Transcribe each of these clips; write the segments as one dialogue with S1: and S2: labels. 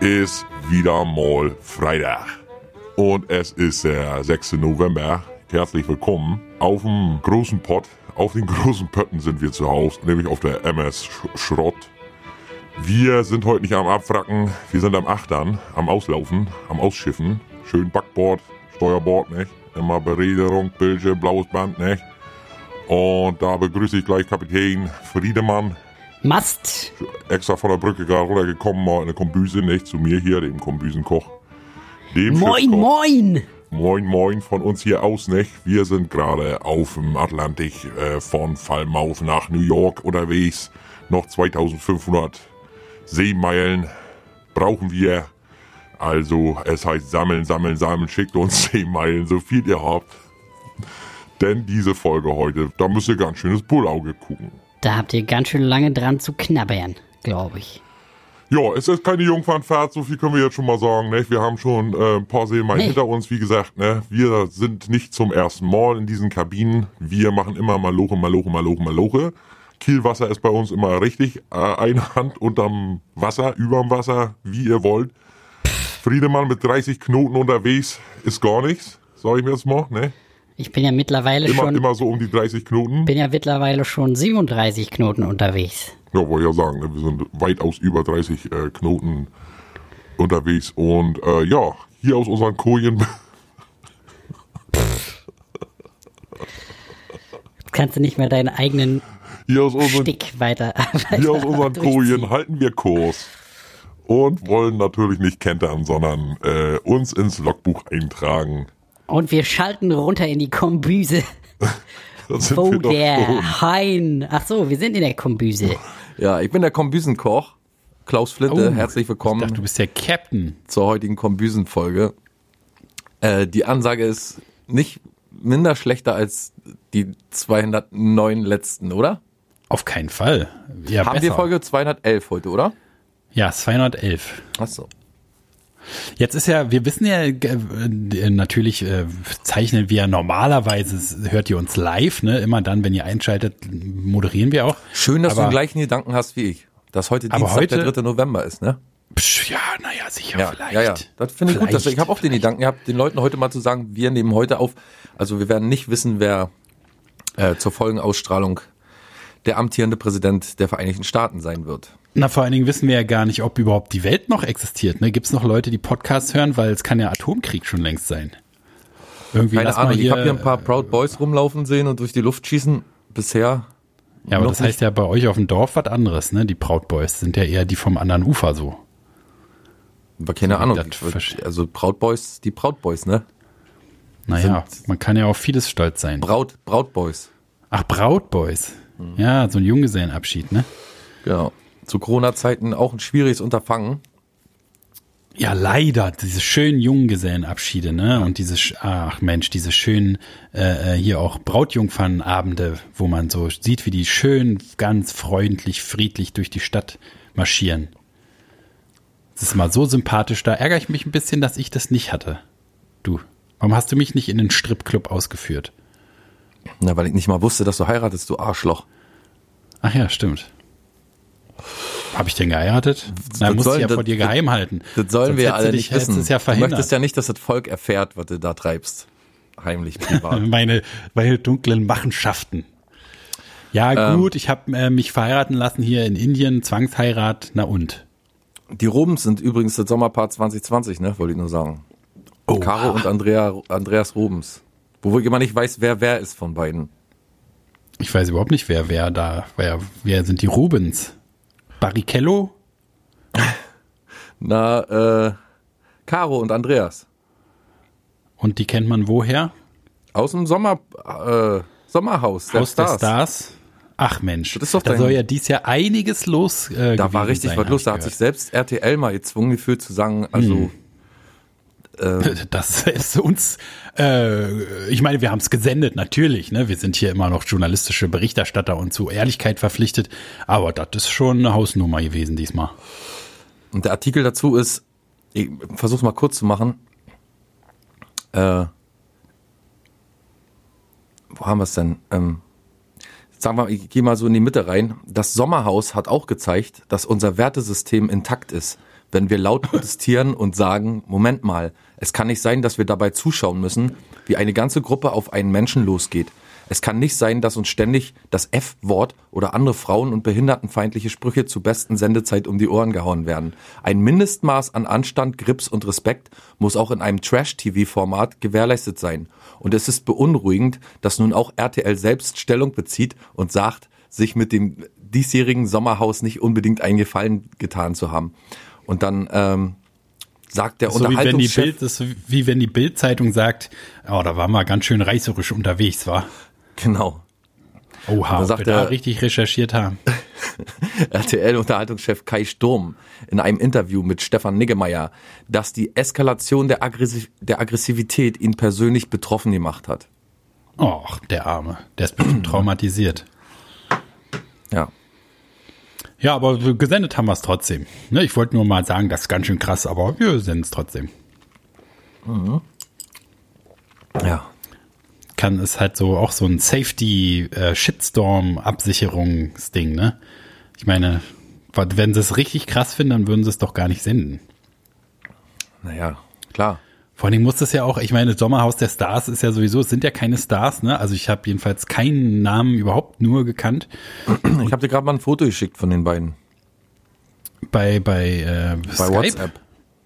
S1: ist wieder mal Freitag. Und es ist der 6. November. Herzlich willkommen. Auf dem großen Pott, auf den großen Pötten sind wir zu Hause, nämlich auf der MS Sch- Schrott. Wir sind heute nicht am Abwracken, wir sind am Achtern, am Auslaufen, am Ausschiffen. Schön Backbord, Steuerbord, nicht? Immer Berederung, Bildschirm, blaues Band, nicht? Und da begrüße ich gleich Kapitän Friedemann,
S2: Mast.
S1: extra von der Brücke gerade runtergekommen war in der Kombüse, nicht zu mir hier, dem Kombüsenkoch. Dem
S2: Moin,
S1: Schiffskoch.
S2: moin.
S1: Moin, moin von uns hier aus, nicht? Wir sind gerade auf dem Atlantik äh, von Falmouth nach New York unterwegs. Noch 2500 Seemeilen brauchen wir. Also, es heißt sammeln, sammeln, sammeln. Schickt uns Seemeilen, so viel ihr habt. Denn diese Folge heute, da müsst ihr ganz schönes Bullauge gucken.
S2: Da habt ihr ganz schön lange dran zu knabbern, glaube ich.
S1: Ja, es ist keine Jungfernfahrt, so viel können wir jetzt schon mal sagen. Ne? Wir haben schon äh, ein paar Seemeilen
S2: Nee.
S1: hinter uns, wie gesagt. Ne? Wir sind nicht zum ersten Mal in diesen Kabinen. Wir machen immer Maloche, Maloche, Maloche, Maloche. Kielwasser ist bei uns immer richtig. Äh, eine Hand unterm Wasser, überm Wasser, wie ihr wollt. Friedemann mit 30 Knoten unterwegs ist gar nichts, sag ich mir jetzt mal. Ne?
S2: Ich bin ja mittlerweile
S1: Immer,
S2: schon,
S1: immer so um die 30 Knoten.
S2: bin ja mittlerweile schon 37 Knoten unterwegs.
S1: Ja, wollte ich ja sagen, ne? wir sind weitaus über 30 äh, Knoten unterwegs und äh, ja, hier aus unseren Kojen,
S2: Jetzt kannst du nicht mehr deinen eigenen
S1: hier aus unseren,
S2: Stick weiter.
S1: hier aus unseren
S2: durchziehen.
S1: Kojen halten wir Kurs und wollen natürlich nicht kentern, sondern äh, uns ins Logbuch eintragen.
S2: Und wir schalten runter in die Kombüse,
S1: Da sind
S2: wo
S1: wir doch schon.
S2: der Hein. Ach so, wir sind in der Kombüse.
S3: Ja, ich bin der Kombüsenkoch. Klaus Flinte, herzlich willkommen
S4: Ach, Oh, du bist der Captain.
S3: zur heutigen Kombüsen-Folge. Äh, die Ansage ist nicht minder schlechter als die 209 letzten, oder?
S4: Auf keinen Fall. Ja,
S3: Haben
S4: besser.
S3: wir Folge 211 heute, oder?
S4: Ja, 211.
S3: Achso.
S4: Jetzt ist ja, wir wissen ja, äh, natürlich äh, zeichnen wir normalerweise, hört ihr uns live, ne? Immer dann, wenn ihr einschaltet, moderieren wir auch.
S3: Schön, dass du
S4: Aber-
S3: den gleichen Gedanken hast wie ich. Dass heute
S4: Aber
S3: Dienstag der
S4: heute-
S3: 3. November ist, ne?
S4: Psch, ja, naja, sicher, vielleicht.
S3: ja, ja. Das finde ich gut. Dass,
S4: Vielleicht.
S3: ich habe auch den Gedanken gehabt, den Leuten heute mal zu sagen, wir nehmen heute auf. Also wir werden nicht wissen, wer äh, zur Folgenausstrahlung der amtierende Präsident der Vereinigten Staaten sein wird.
S4: Na, vor allen Dingen wissen wir ja gar nicht, ob überhaupt die Welt noch existiert. Ne? Gibt es noch Leute, die Podcasts hören, weil es kann ja Atomkrieg schon längst sein. Irgendwie
S3: Keine
S4: lass mal
S3: Ahnung,
S4: hier, äh,
S3: ich habe hier ein paar Proud Boys rumlaufen sehen und durch die Luft schießen. Bisher.
S4: Ja, aber
S3: noch
S4: das heißt ja bei euch auf dem Dorf was anderes, ne? Die Proud Boys sind ja eher die vom anderen Ufer so.
S3: Aber keine Ahnung.
S4: das verstehe-
S3: Also Proud Boys, die Proud Boys, ne?
S4: Naja, man kann ja auf vieles stolz sein.
S3: Braut, Braut Boys.
S4: Ach, Brautboys. Ja, so ein Junggesellenabschied, ne?
S3: Genau. Zu Corona-Zeiten auch ein schwieriges Unterfangen.
S4: Ja, leider, diese schönen Junggesellenabschiede, ne? Und diese, sch- ach Mensch, diese schönen, äh, äh, hier auch Brautjungfernabende, wo man so sieht, wie die schön, ganz freundlich, friedlich durch die Stadt marschieren. Das ist mal so sympathisch, da ärgere ich mich ein bisschen, dass ich das nicht hatte. Du, warum hast du mich nicht in den Stripclub ausgeführt?
S3: Na, weil ich nicht mal wusste, dass du heiratest, du Arschloch.
S4: Ach ja, stimmt. Habe ich denn geheiratet? Na, muss ich
S3: sollen-
S4: ja
S3: das-
S4: vor dir geheim halten.
S3: Das sollen
S4: Sonst
S3: wir
S4: hättest du
S3: alle
S4: dich-
S3: nicht
S4: hättest
S3: wissen.
S4: Es ja
S3: du möchtest
S4: verhindert.
S3: ja nicht, dass das Volk erfährt, was du da treibst. Heimlich, privat.
S4: meine, meine dunklen Machenschaften. Ja,
S3: Ähm.
S4: gut, ich habe äh, mich verheiraten lassen hier in Indien, Zwangsheirat, na und?
S3: die Robens sind übrigens das Sommerpaar 2020, ne? Wollte ich nur sagen. Caro und Andrea, Andreas Robens. Wo ich immer nicht weiß, wer wer ist von beiden.
S4: Ich weiß überhaupt nicht, wer, wer da, wer, wer sind die Rubens? Barrichello?
S3: Na, äh, Caro und Andreas.
S4: Und die kennt man woher?
S3: Aus dem Sommer, äh, Sommerhaus der
S4: Aus
S3: Stars.
S4: der Stars? Ach Mensch,
S3: Das ist doch
S4: da
S3: dein-
S4: soll ja dies Jahr einiges los äh,
S3: Da war
S4: gewesen
S3: richtig
S4: sein,
S3: was
S4: hab
S3: los.
S4: ich
S3: Da hat sich selbst RTL mal gezwungen gefühlt zu sagen,
S4: Hm.
S3: also
S4: Das ist uns, äh, ich meine, wir haben es gesendet, natürlich. Ne? Wir sind hier immer noch journalistische Berichterstatter und zu Ehrlichkeit verpflichtet. Aber das ist schon eine Hausnummer gewesen diesmal.
S3: Und der Artikel dazu ist, ich versuch's mal kurz zu machen. Äh, wo haben wir's denn? Ähm, sagen wir, ich gehe mal so in die Mitte rein. Das Sommerhaus hat auch gezeigt, dass unser Wertesystem intakt ist. wenn wir laut protestieren und sagen, Moment mal, es kann nicht sein, dass wir dabei zuschauen müssen, wie eine ganze Gruppe auf einen Menschen losgeht. Es kann nicht sein, dass uns ständig das F-Wort oder andere Frauen- und behindertenfeindliche Sprüche zur besten Sendezeit um die Ohren gehauen werden. Ein Mindestmaß an Anstand, Grips und Respekt muss auch in einem Trash-TV-Format gewährleistet sein. Und es ist beunruhigend, dass nun auch RTL selbst Stellung bezieht und sagt, sich mit dem diesjährigen Sommerhaus nicht unbedingt einen Gefallen getan zu haben. Und dann ähm, sagt der
S4: So wie wenn die
S3: Unterhaltungschef...
S4: Bild, das ist wie wenn die Bild-Zeitung sagt, oh, da war mal ganz schön reißerisch unterwegs, war.
S3: genau.
S4: Oha, ob
S3: sagt
S4: wir da
S3: er-
S4: richtig recherchiert haben.
S3: RTL-Unterhaltungschef Kai Sturm in einem Interview mit Stefan Niggemeier, dass die Eskalation der, Aggressiv der Aggressivität ihn persönlich betroffen gemacht hat.
S4: Och, der Arme. Der ist bestimmt traumatisiert.
S3: Ja.
S4: Ja, aber so gesendet haben wir es trotzdem. Ne, ich wollte nur mal sagen, das ist ganz schön krass, aber wir senden es trotzdem.
S3: Ja.
S4: Kann es halt so auch so ein Safety-Shitstorm-Absicherungsding, ne? Ich meine, wa- wenn sie es richtig krass finden, dann würden sie es doch gar nicht senden.
S3: Naja, klar.
S4: Vor allen Dingen muss das ja auch, ich meine, Sommerhaus der Stars ist ja sowieso, es sind ja keine Stars, ne? Also ich habe jedenfalls keinen Namen überhaupt nur gekannt.
S3: Ich habe dir gerade mal ein Foto geschickt von den beiden.
S4: Bei, bei, äh,
S3: Bei
S4: Skype?
S3: WhatsApp.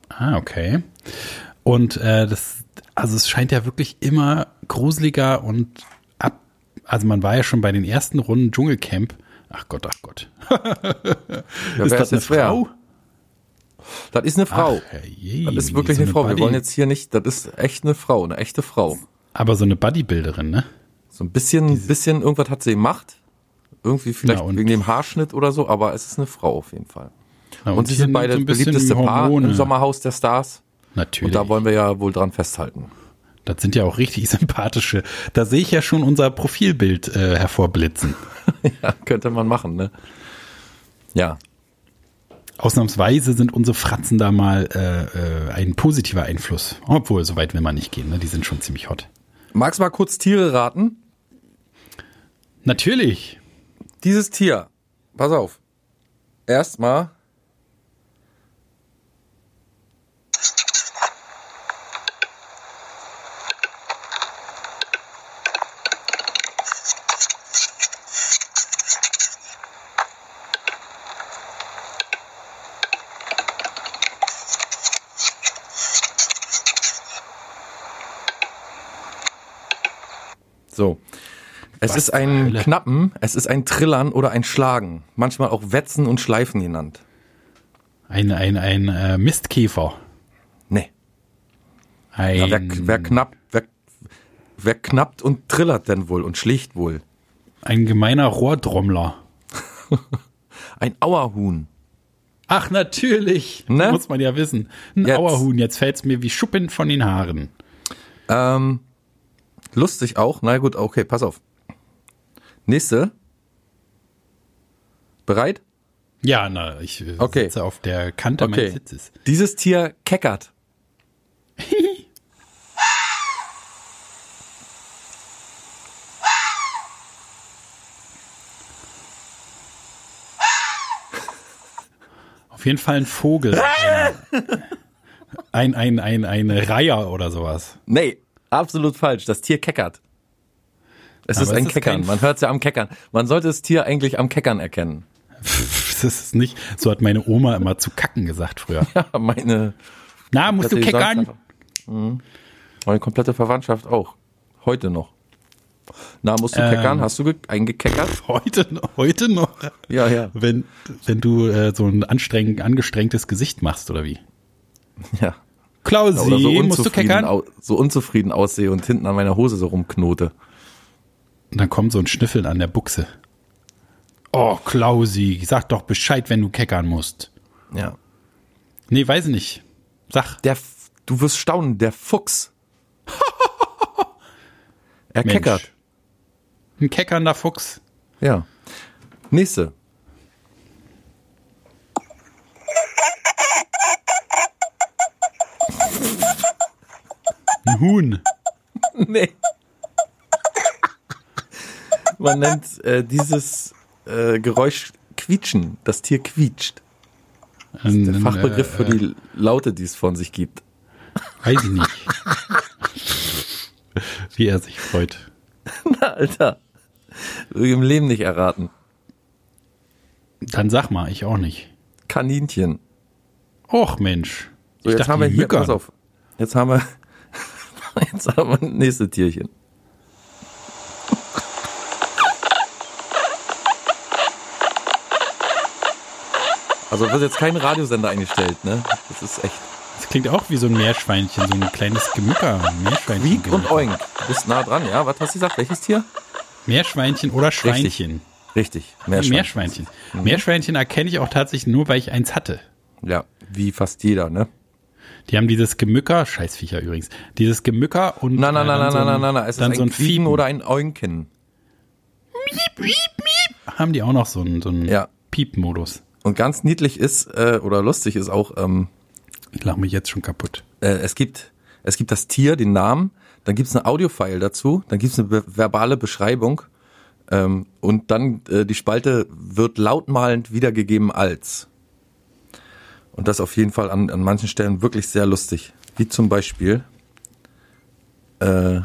S4: Ah, okay. Und äh, das, also es scheint ja wirklich immer gruseliger und ab, also man war ja schon bei den ersten Runden Dschungelcamp. Ach Gott, ach Gott.
S3: Ja, wer ist jetzt wer? Das ist eine Frau.
S4: Ach, herrje,
S3: das ist
S4: wie
S3: wirklich
S4: so
S3: eine Frau.
S4: Buddy-
S3: Wir wollen jetzt hier nicht, das ist echt eine Frau, eine echte Frau.
S4: Aber so eine Bodybuilderin, ne?
S3: So ein bisschen, bisschen irgendwas hat sie gemacht. Irgendwie vielleicht
S4: Na, und-
S3: wegen dem Haarschnitt oder so, aber es ist eine Frau auf jeden Fall.
S4: Na,
S3: Und, sie
S4: hier
S3: sind beide
S4: so
S3: das
S4: ein bisschen
S3: beliebteste Paar
S4: Hormone.
S3: im Sommerhaus der Stars. Und
S4: Natürlich.
S3: da wollen wir ja wohl dran festhalten.
S4: das sind ja auch richtig sympathische. Da sehe ich ja schon unser Profilbild äh, hervorblitzen.
S3: Ja, könnte man machen, ne? Ja.
S4: Ausnahmsweise sind unsere Fratzen da mal äh, äh, ein positiver Einfluss. Obwohl, so weit will man nicht gehen, ne? Die sind schon ziemlich hot.
S3: Magst du mal kurz Tiere raten?
S4: Natürlich.
S3: Dieses Tier. Pass auf. Erstmal. So. Es ist ein
S4: Hölle?
S3: Knappen, es ist ein Trillern oder ein Schlagen. Manchmal auch Wetzen und Schleifen genannt.
S4: Ein, ein, ein äh, Mistkäfer.
S3: Nee.
S4: Ein,
S3: Ja, wer, wer, knapp, wer, wer knappt und trillert denn wohl und schlägt wohl?
S4: ein gemeiner Rohrdrommler.
S3: Ein Auerhuhn.
S4: Ach, natürlich.
S3: Ne?
S4: Muss man ja wissen. Ein
S3: Jetzt.
S4: Auerhuhn, jetzt fällt's mir wie Schuppen von den Haaren.
S3: Ähm, lustig auch. Na gut, okay, pass auf. Nächste. Bereit?
S4: Ja, na, ich äh,
S3: Okay.
S4: sitze auf der Kante meines
S3: Okay.
S4: Sitzes.
S3: Dieses Tier keckert.
S4: Auf jeden Fall ein Vogel. ein, ein, ein, ein Reiher oder sowas.
S3: Nee, absolut falsch. Das Tier keckert. Es
S4: Aber
S3: ist
S4: es
S3: ein
S4: ist
S3: Keckern.
S4: kein-
S3: Man hört es ja am Keckern. Man sollte das Tier eigentlich am Keckern erkennen.
S4: Das ist nicht, so hat meine Oma immer zu kacken gesagt früher.
S3: Meine,
S4: Na, musst
S3: hatte
S4: du
S3: die
S4: keckern?
S3: sonst- meine komplette Verwandtschaft auch. Heute noch. Na, musst du
S4: Ähm.
S3: keckern? Hast du ge- eingekeckert?
S4: Heute, heute noch.
S3: Ja, ja.
S4: Wenn, wenn du äh, so ein anstrengend, angestrengtes Gesicht machst, oder wie?
S3: Ja.
S4: Klausi,
S3: Oder so
S4: musst du
S3: unzufrieden,
S4: keckern?
S3: au- so unzufrieden aussehe und hinten an meiner Hose so rumknote.
S4: Und dann kommt so ein Schnüffeln an der Buchse. Oh, Klausi, sag doch Bescheid, wenn du keckern musst.
S3: Ja.
S4: Nee, weiß nicht. Sag.
S3: Der, F- du wirst staunen, der Fuchs. er
S4: Mensch.
S3: keckert.
S4: Ein keckernder Fuchs.
S3: Ja. Nächste.
S4: Ein Huhn.
S3: Nee. Man nennt äh, dieses äh, Geräusch quietschen. Das Tier quietscht.
S4: Ein,
S3: Der
S4: ein,
S3: Fachbegriff
S4: äh,
S3: für die Laute, die es von sich gibt.
S4: Weiß ich nicht. Wie er sich freut.
S3: Alter. Würde ich Im Leben nicht erraten.
S4: Dann sag mal, ich auch nicht.
S3: Kaninchen.
S4: Och Mensch.
S3: So,
S4: ich
S3: jetzt haben wir
S4: die
S3: hier,
S4: Mückern.
S3: pass auf. Jetzt haben wir, jetzt haben wir ein nächstes Tierchen. Also wird jetzt kein Radiosender eingestellt, ne? Das ist echt.
S4: Das klingt auch wie so ein Meerschweinchen, so ein kleines Gemücker. ein Meerschweinchen.
S3: Wieg und Oink. Du bist nah dran, ja? Was hast du gesagt? Welches Tier?
S4: Meerschweinchen oder Schweinchen.
S3: Richtig.
S4: Meerschweinchen. Meerschweinchen.
S3: Mhm.
S4: Meerschweinchen erkenne ich auch tatsächlich nur, weil ich eins hatte.
S3: Ja, wie fast jeder, ne?
S4: Die haben dieses Gemücker, Scheißviecher übrigens, dieses Gemücker und
S3: Na, na,
S4: äh,
S3: na,
S4: dann
S3: na,
S4: so
S3: na,
S4: ein-
S3: na, na, na. Es ist
S4: dann
S3: ein
S4: so ein
S3: Quieken
S4: Fiepen
S3: oder ein Oinken.
S4: haben die auch noch so einen, so einen
S3: Ja.
S4: Piep-Modus.
S3: Und ganz niedlich ist, äh, oder lustig ist auch, ähm,
S4: Ich lache mich jetzt schon kaputt.
S3: äh, es gibt es gibt das Tier, den Namen, dann gibt's eine Audiofile dazu, dann gibt's eine be verbale Beschreibung ähm, und dann äh, die Spalte wird lautmalend wiedergegeben als. Und das auf jeden Fall an, an manchen Stellen wirklich sehr lustig. Wie zum Beispiel, äh,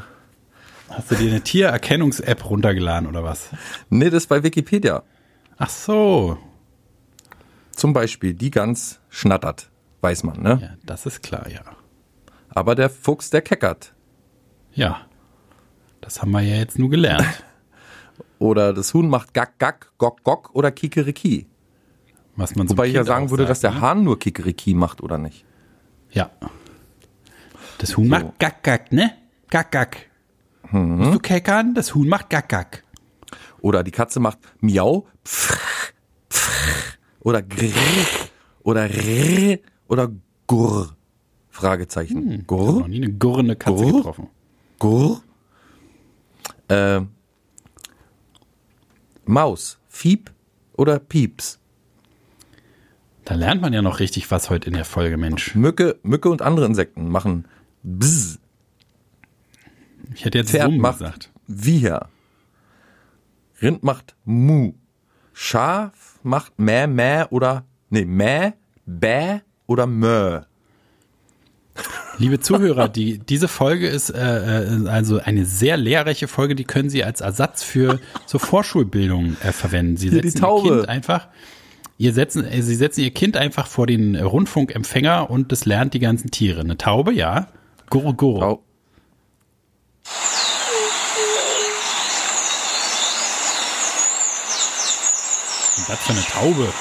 S4: Hast du dir eine Tiererkennungs-App runtergeladen oder was?
S3: nee, das ist bei Wikipedia.
S4: Ach so.
S3: Zum Beispiel, die Gans schnattert, weiß man, ne?
S4: Ja, das ist klar, ja.
S3: Aber der Fuchs, der keckert.
S4: Ja. Das haben wir ja jetzt nur gelernt.
S3: Oder das Huhn macht gack, gack, gock, gock oder kikeriki.
S4: Was man so
S3: Wobei ich
S4: einem
S3: ja
S4: Kind
S3: sagen
S4: auch
S3: würde,
S4: sagt,
S3: dass der
S4: ne?
S3: Hahn nur Kikeriki macht, oder nicht?
S4: Ja. Das Huhn macht gack, gack, ne? Gack, gack.
S3: Mhm.
S4: Musst du keckern? Das Huhn macht gack, gack.
S3: Oder die Katze macht Miau, pfr, pfr, oder grrr, oder rrr, oder gurr. Fragezeichen.
S4: Ich hab
S3: Gurr,
S4: Noch nie eine gurrende Katze
S3: Gurr?
S4: getroffen.
S3: gurr. Ähm, Maus, Fiep oder Pieps.
S4: Da lernt man ja noch richtig was heute in der Folge, Mensch.
S3: Mücke, Mücke und andere Insekten machen Bzz.
S4: Ich hätte jetzt
S3: Pferd
S4: Summen
S3: macht
S4: gesagt.
S3: Wieher. Rind macht Mu. Schaf macht Mäh, Mäh oder, nee, Mäh, Bäh oder Mö.
S4: Liebe Zuhörer, die, diese Folge ist äh, äh, also eine sehr lehrreiche Folge, die können Sie als Ersatz für so Vorschulbildung äh, verwenden. Sie
S3: Hier die
S4: setzen
S3: Taube.
S4: Ihr Kind einfach, ihr setzen, äh, Sie setzen Ihr Kind einfach vor den äh, Rundfunkempfänger und das lernt die ganzen Tiere. Eine Taube, ja. Gurr, gurr.
S3: Tau
S4: Und Was für eine Taube.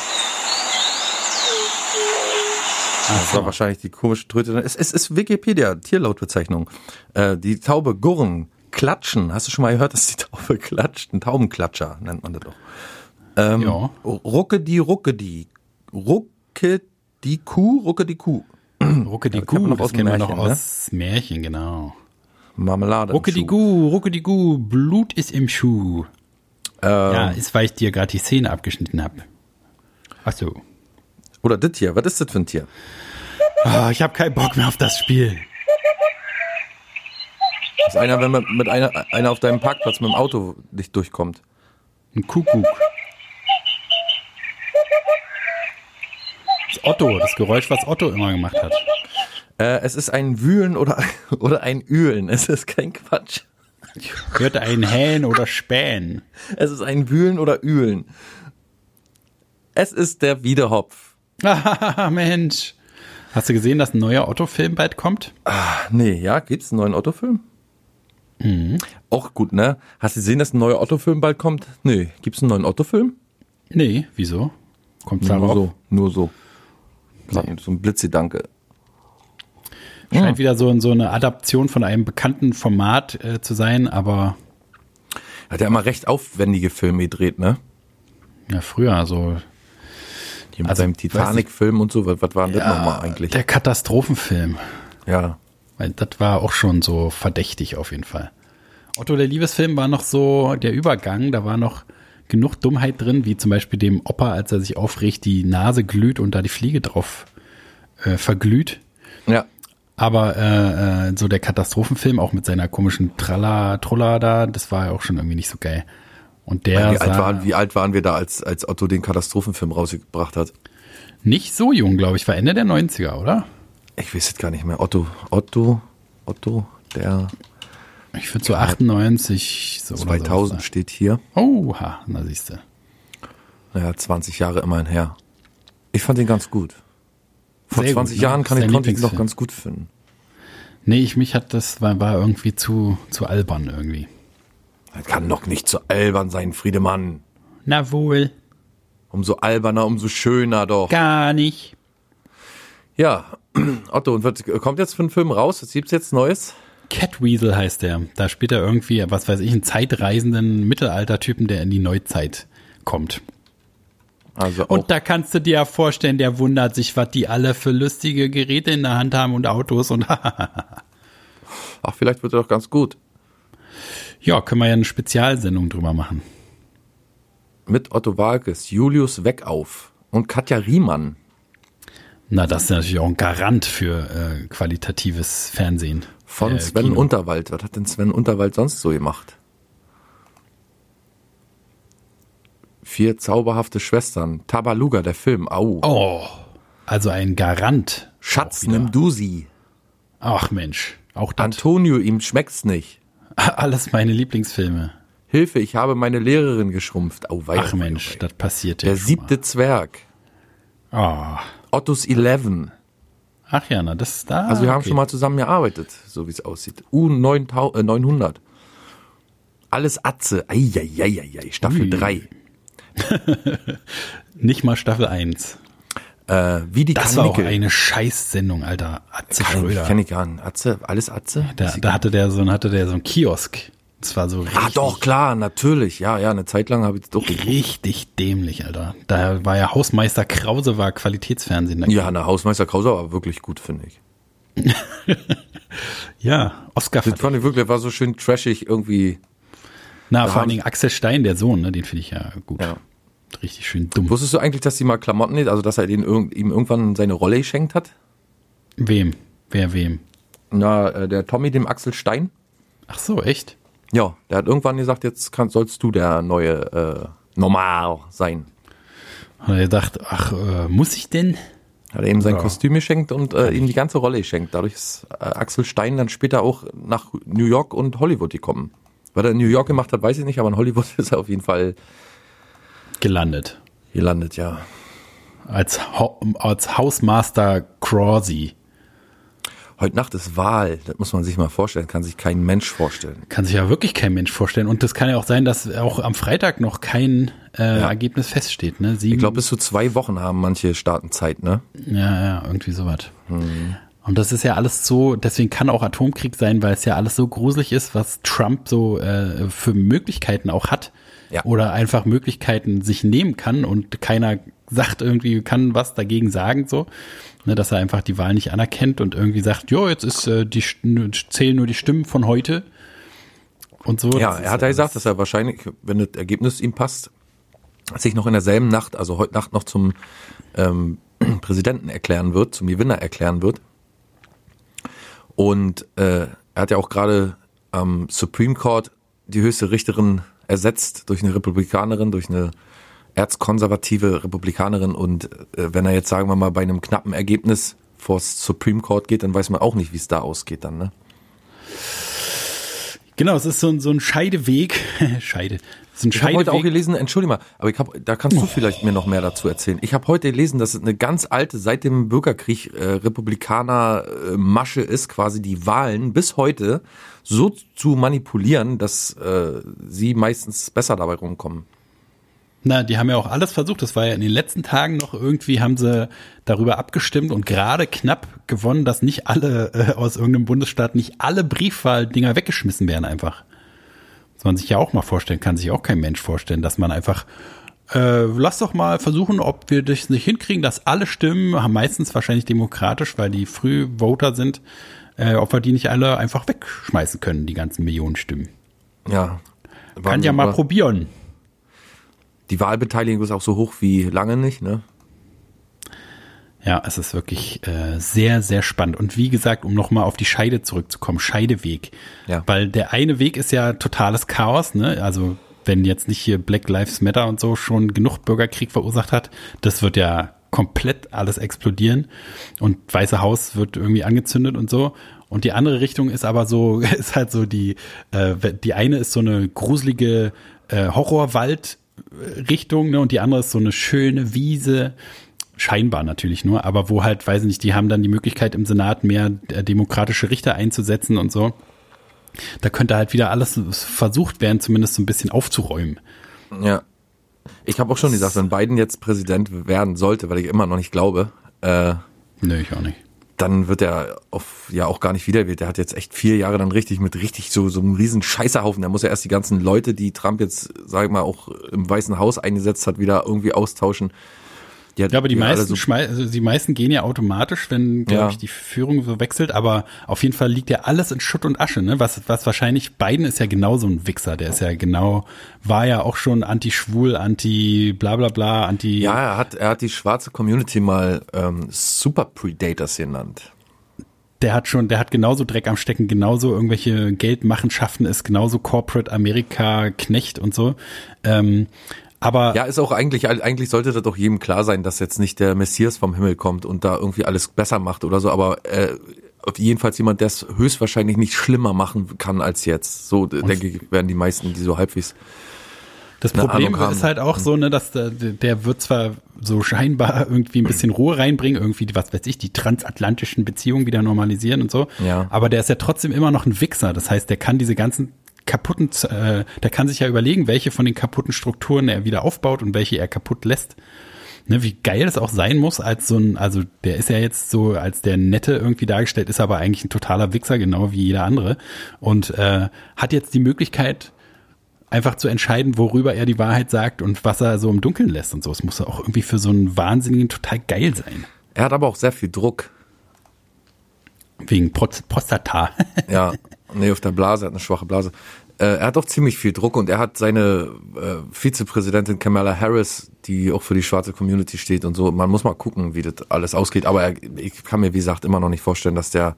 S3: das war wahrscheinlich die komische Tröte. Es, es ist Wikipedia, Tierlautbezeichnung. Äh, die Taube gurren, klatschen. Hast du schon mal gehört, dass die Taube klatscht? Ein Taubenklatscher nennt man das doch. Ähm,
S4: Ja.
S3: Rucke die, rucke die. Rucke die Kuh, rucke die Kuh.
S4: Rucke die
S3: das kennt
S4: Gu,
S3: man noch
S4: das
S3: aus dem
S4: kennen wir hm, noch
S3: Märchen, ne?
S4: aus Märchen, genau.
S3: Marmelade. im
S4: Rucke die
S3: Schuh.
S4: Gu, rucke die Gu, Blut ist im Schuh. Ja, ist, weil ich dir gerade die Szene abgeschnitten habe. Ach so.
S3: Oder das hier. Was ist das für ein Tier?
S4: Ah, ich habe keinen Bock mehr auf das Spiel.
S3: Das ist einer, wenn man mit einer, einer auf deinem Parkplatz mit dem Auto dich durchkommt.
S4: Ein Kuckuck. Das Otto, das Geräusch, was Otto immer gemacht hat.
S3: Äh, es ist ein Wühlen oder, oder ein Ühlen. Es ist kein Quatsch.
S4: Ich hörte ein Hähn oder Spähen.
S3: Es ist ein Wühlen oder Ühlen. Es ist der Wiederhopf.
S4: Ah, Mensch. Hast du gesehen, dass ein neuer Otto-Film bald kommt?
S3: Ach, nee, ja, gibt's einen neuen Otto-Film?
S4: Mhm.
S3: Auch gut, ne? Hast du gesehen, dass ein neuer Otto-Film bald kommt? Nee, gibt's einen neuen Otto-Film?
S4: Nee, wieso? Kommt
S3: Nur
S4: darauf?
S3: so. Nur so. Nee, so ein Blitzgedanke.
S4: Scheint wieder so, so eine Adaption von einem bekannten Format äh, zu sein, aber
S3: Hat ja immer recht aufwendige Filme gedreht, ne?
S4: ja, früher also so
S3: Hier mit
S4: Also,
S3: seinem Titanic-Film und so. Was, was war denn das nochmal eigentlich?
S4: der Katastrophenfilm.
S3: ja.
S4: Weil das war auch schon so verdächtig auf jeden Fall. Otto der Liebesfilm war noch so der Übergang, da war noch genug Dummheit drin, wie zum Beispiel dem Opa, als er sich aufregt, die Nase glüht und da die Fliege drauf äh, verglüht.
S3: Ja.
S4: Aber äh, äh, so der Katastrophenfilm, auch mit seiner komischen Tralla, Trulla da, das war ja auch schon irgendwie nicht so geil. Und der
S3: wie, alt
S4: sah-
S3: waren, wie alt waren wir da, als, als Otto den Katastrophenfilm rausgebracht hat?
S4: Nicht so jung, glaube ich. War Ende der 90er, oder?
S3: Ich weiß es gar nicht mehr. Otto, Otto, Otto, der
S4: Ich würde so 98, so oder
S3: 2000
S4: So.
S3: steht hier.
S4: Oha, na siehst du.
S3: Naja, 20 Jahre immerhin her. Ich fand den ganz gut. Vor
S4: Sehr gut,
S3: 20
S4: ne?
S3: Jahren kann
S4: Ist
S3: ich
S4: dein
S3: konnte ich ihn noch
S4: Lieblingsfilm.
S3: ganz gut finden.
S4: Nee, ich mich hat das war, war irgendwie zu, zu albern irgendwie.
S3: Das kann doch nicht so albern sein, Friedemann.
S4: Na wohl,
S3: Umso alberner, umso schöner doch.
S4: gar nicht.
S3: Ja, Otto, und wird, kommt jetzt für einen Film raus? Es gibt's jetzt Neues?
S4: Catweasel heißt der. Da spielt er irgendwie, was weiß ich, einen zeitreisenden Mittelaltertypen, der in die Neuzeit kommt.
S3: Also
S4: Und
S3: auch,
S4: da kannst du dir ja vorstellen, der wundert sich, was die alle für lustige Geräte in der Hand haben und Autos und
S3: ach, vielleicht wird er doch ganz gut.
S4: ja, können wir ja eine Spezialsendung drüber machen.
S3: Mit Otto Walkes, Julius Weckauf und Katja Riemann.
S4: Na, das ist natürlich auch ein Garant für äh, qualitatives Fernsehen.
S3: Von
S4: Äh,
S3: Sven
S4: Kino.
S3: Unterwald. Was hat denn Sven Unterwald sonst so gemacht? Vier zauberhafte Schwestern. Tabaluga, der Film. Au.
S4: Oh, also ein Garant.
S3: Schatz,
S4: Auch wieder.
S3: nimm du sie.
S4: Ach Mensch, auch das.
S3: Antonio, ihm schmeckt's nicht.
S4: Alles meine Lieblingsfilme.
S3: Hilfe, ich habe meine Lehrerin geschrumpft. Au, weia,
S4: Ach Mensch, das passiert ja.
S3: Der
S4: schon
S3: siebte Zwerg.
S4: mal. Oh.
S3: Ottos Eleven.
S4: Ach ja, na, das da.
S3: Also wir haben
S4: Ah, okay.
S3: schon mal zusammen gearbeitet, so wie es aussieht. U900. Alles Atze. Eieieiei. Staffel
S4: Ui.
S3: 3.
S4: Nicht mal Staffel 1.
S3: Äh, wie die
S4: Das war auch
S3: Kanickel.
S4: eine Scheißsendung, Alter. Atze
S3: Kann ich,
S4: Schröder.
S3: kann ich gar nicht. Atze, alles Atze?
S4: Da, da hatte der so, ein- hatte der so ein Kiosk. Das war so richtig,
S3: ah, doch, klar, natürlich. Ja, ja, eine Zeit lang habe ich das doch.
S4: richtig dämlich, Alter. Da war ja Hausmeister Krause war Qualitätsfernsehen. Da-
S3: Ja, eine Hausmeister Krause war wirklich gut, finde ich.
S4: ja Oscar.
S3: Das fand ich wirklich, war so schön trashig irgendwie.
S4: Na, vor
S3: haben-
S4: allen Dingen Axel Stein, der Sohn, ne, den finde ich ja gut.
S3: Ja.
S4: Richtig schön dumm.
S3: Wusstest du eigentlich, dass die mal Klamotten, also dass er den irgend, ihm irgendwann seine Rolle geschenkt hat?
S4: Wem? Wer wem?
S3: Na, äh, der Tommy dem Axel Stein?
S4: Ach so, echt?
S3: Ja, der hat irgendwann gesagt, jetzt kann, sollst du der neue äh, Normal sein.
S4: Hat er gedacht, ach, äh, muss ich denn?
S3: Hat er ihm sein
S4: Ja.
S3: Kostüm geschenkt und äh, ihm die ganze Rolle geschenkt. Dadurch ist äh, Axel Stein dann später auch nach New York und Hollywood gekommen. Was er in New York gemacht hat, weiß ich nicht, aber in Hollywood ist er auf jeden Fall
S4: Gelandet.
S3: gelandet, ja.
S4: Als, Ho als Hausmeister Crawsey.
S3: Heute Nacht ist Wahl, das muss man sich mal vorstellen, kann sich kein Mensch vorstellen.
S4: Kann sich ja wirklich kein Mensch vorstellen. Und das kann ja auch sein, dass auch am Freitag noch kein äh, Ergebnis feststeht, ne? Sieben,
S3: Ich glaube, bis zu zwei Wochen haben manche Staaten Zeit, ne?
S4: Ja, ja, irgendwie sowas. Und das ist ja alles so, deswegen kann auch Atomkrieg sein, weil es ja alles so gruselig ist, was Trump so äh, für Möglichkeiten auch hat.
S3: Ja.
S4: Oder einfach Möglichkeiten sich nehmen kann und keiner sagt irgendwie, kann was dagegen sagen, so. Ne, dass er einfach die Wahl nicht anerkennt und irgendwie sagt, jo, jetzt ist äh, die St- nur- zählen nur die Stimmen von heute. Und so.
S3: Ja,
S4: Das
S3: er
S4: ist
S3: hat ja gesagt, dass er wahrscheinlich, wenn das Ergebnis ihm passt, sich noch in derselben Nacht, also heute Nacht noch zum ähm, Präsidenten erklären wird, zum Gewinner erklären wird. Und äh, er hat ja auch gerade am Supreme Court die höchste Richterin ersetzt durch eine Republikanerin, durch eine erzkonservative Republikanerin. Und äh, wenn er jetzt, sagen wir mal, bei einem knappen Ergebnis vors Supreme Court geht, dann weiß man auch nicht, wie es da ausgeht dann. Ne?
S4: Genau, es ist so ein, so ein Scheideweg. Scheide. Es ist ein
S3: Ich habe heute auch
S4: Scheideweg.
S3: gelesen, entschuldige mal, aber ich hab, da kannst du vielleicht mir noch mehr dazu erzählen. Ich habe heute gelesen, dass es eine ganz alte, seit dem Bürgerkrieg äh, Republikaner-Masche ist, quasi die Wahlen bis heute so zu manipulieren, dass äh, sie meistens besser dabei rumkommen.
S4: Na, die haben ja auch alles versucht. Das war ja in den letzten Tagen noch irgendwie, haben sie darüber abgestimmt und gerade knapp gewonnen, dass nicht alle äh, aus irgendeinem Bundesstaat nicht alle Briefwahldinger weggeschmissen werden einfach. Was man sich ja auch mal vorstellen kann, sich auch kein Mensch vorstellen, dass man einfach äh, lass doch mal versuchen, ob wir das nicht hinkriegen, dass alle Stimmen, haben meistens wahrscheinlich demokratisch, weil die Frühvoter sind, äh, ob wir die nicht alle einfach wegschmeißen können, die ganzen Millionen Stimmen.
S3: Ja.
S4: Kann ja mal probieren.
S3: Die Wahlbeteiligung ist auch so hoch wie lange nicht, ne?
S4: Ja, es ist wirklich äh, sehr, sehr spannend. Und wie gesagt, um nochmal auf die Scheide zurückzukommen, Scheideweg.
S3: Ja.
S4: Weil der eine Weg ist ja totales Chaos, ne? Also wenn jetzt nicht hier Black Lives Matter und so schon genug Bürgerkrieg verursacht hat, das wird ja komplett alles explodieren und Weiße Haus wird irgendwie angezündet und so. Und die andere Richtung ist aber so, ist halt so die, äh, die eine ist so eine gruselige äh, Horrorwald-Richtung ne, und die andere ist so eine schöne Wiese, scheinbar natürlich nur, aber wo halt, weiß ich nicht, die haben dann die Möglichkeit im Senat mehr äh, demokratische Richter einzusetzen und so. Da könnte halt wieder alles versucht werden, zumindest so ein bisschen aufzuräumen.
S3: Ja. Ich habe auch schon gesagt, wenn Biden jetzt Präsident werden sollte, weil ich immer noch nicht glaube, äh,
S4: Nö, ich auch nicht.
S3: dann wird er auf, ja auch gar nicht wiedergewählt. Der hat jetzt echt vier Jahre dann richtig mit richtig so, so einem riesen Scheißerhaufen. Da muss er erst die ganzen Leute, die Trump jetzt, sag ich mal, auch im Weißen Haus eingesetzt hat, wieder irgendwie austauschen. hat-
S4: Ja, aber die,
S3: alle
S4: meisten,
S3: so-
S4: schmei- also die meisten gehen ja automatisch, wenn, glaube
S3: Ja.
S4: ich, die Führung so wechselt. Aber auf jeden Fall liegt ja alles in Schutt und Asche. Ne? Was, was wahrscheinlich, Biden ist ja genau so ein Wichser. Der ist ja genau, war ja auch schon anti-schwul, anti-bla bla bla, anti...
S3: Ja, er hat, er hat die schwarze Community mal ähm, Super Predators genannt.
S4: der hat schon, der hat genauso Dreck am Stecken, genauso irgendwelche Geldmachenschaften, ist genauso Corporate Amerika Knecht und so. Ähm, aber
S3: Ja, ist auch eigentlich, eigentlich sollte das doch jedem klar sein, dass jetzt nicht der Messias vom Himmel kommt und da irgendwie alles besser macht oder so, aber äh, auf jedenfalls jemand, der es höchstwahrscheinlich nicht schlimmer machen kann als jetzt. So, d- denke ich, werden die meisten, die so halbwegs.
S4: das
S3: eine
S4: Problem
S3: Ahnung haben.
S4: ist halt auch so, ne, dass der, der wird zwar so scheinbar irgendwie ein bisschen Ruhe reinbringen, irgendwie, was weiß ich, die transatlantischen Beziehungen wieder normalisieren und so.
S3: Ja.
S4: Aber der ist ja trotzdem immer noch ein Wichser. Das heißt, der kann diese ganzen kaputten, Z- äh, der kann sich ja überlegen, welche von den kaputten Strukturen er wieder aufbaut und welche er kaputt lässt. ne, wie geil das auch sein muss, als so ein, also der ist ja jetzt so als der Nette irgendwie dargestellt, ist aber eigentlich ein totaler Wichser, genau wie jeder andere. Und äh, hat jetzt die Möglichkeit, einfach zu entscheiden, worüber er die Wahrheit sagt und was er so im Dunkeln lässt und so. Es muss ja auch irgendwie für so einen Wahnsinnigen total geil sein.
S3: Er hat aber auch sehr viel Druck.
S4: Wegen Prost Prostata.
S3: Ja, nee, auf der Blase, er hat eine schwache Blase. Äh, er hat auch ziemlich viel Druck und er hat seine äh, Vizepräsidentin Kamala Harris, die auch für die schwarze Community steht und so. Man muss mal gucken, wie das alles ausgeht. Aber er, ich kann mir, wie gesagt, immer noch nicht vorstellen, dass der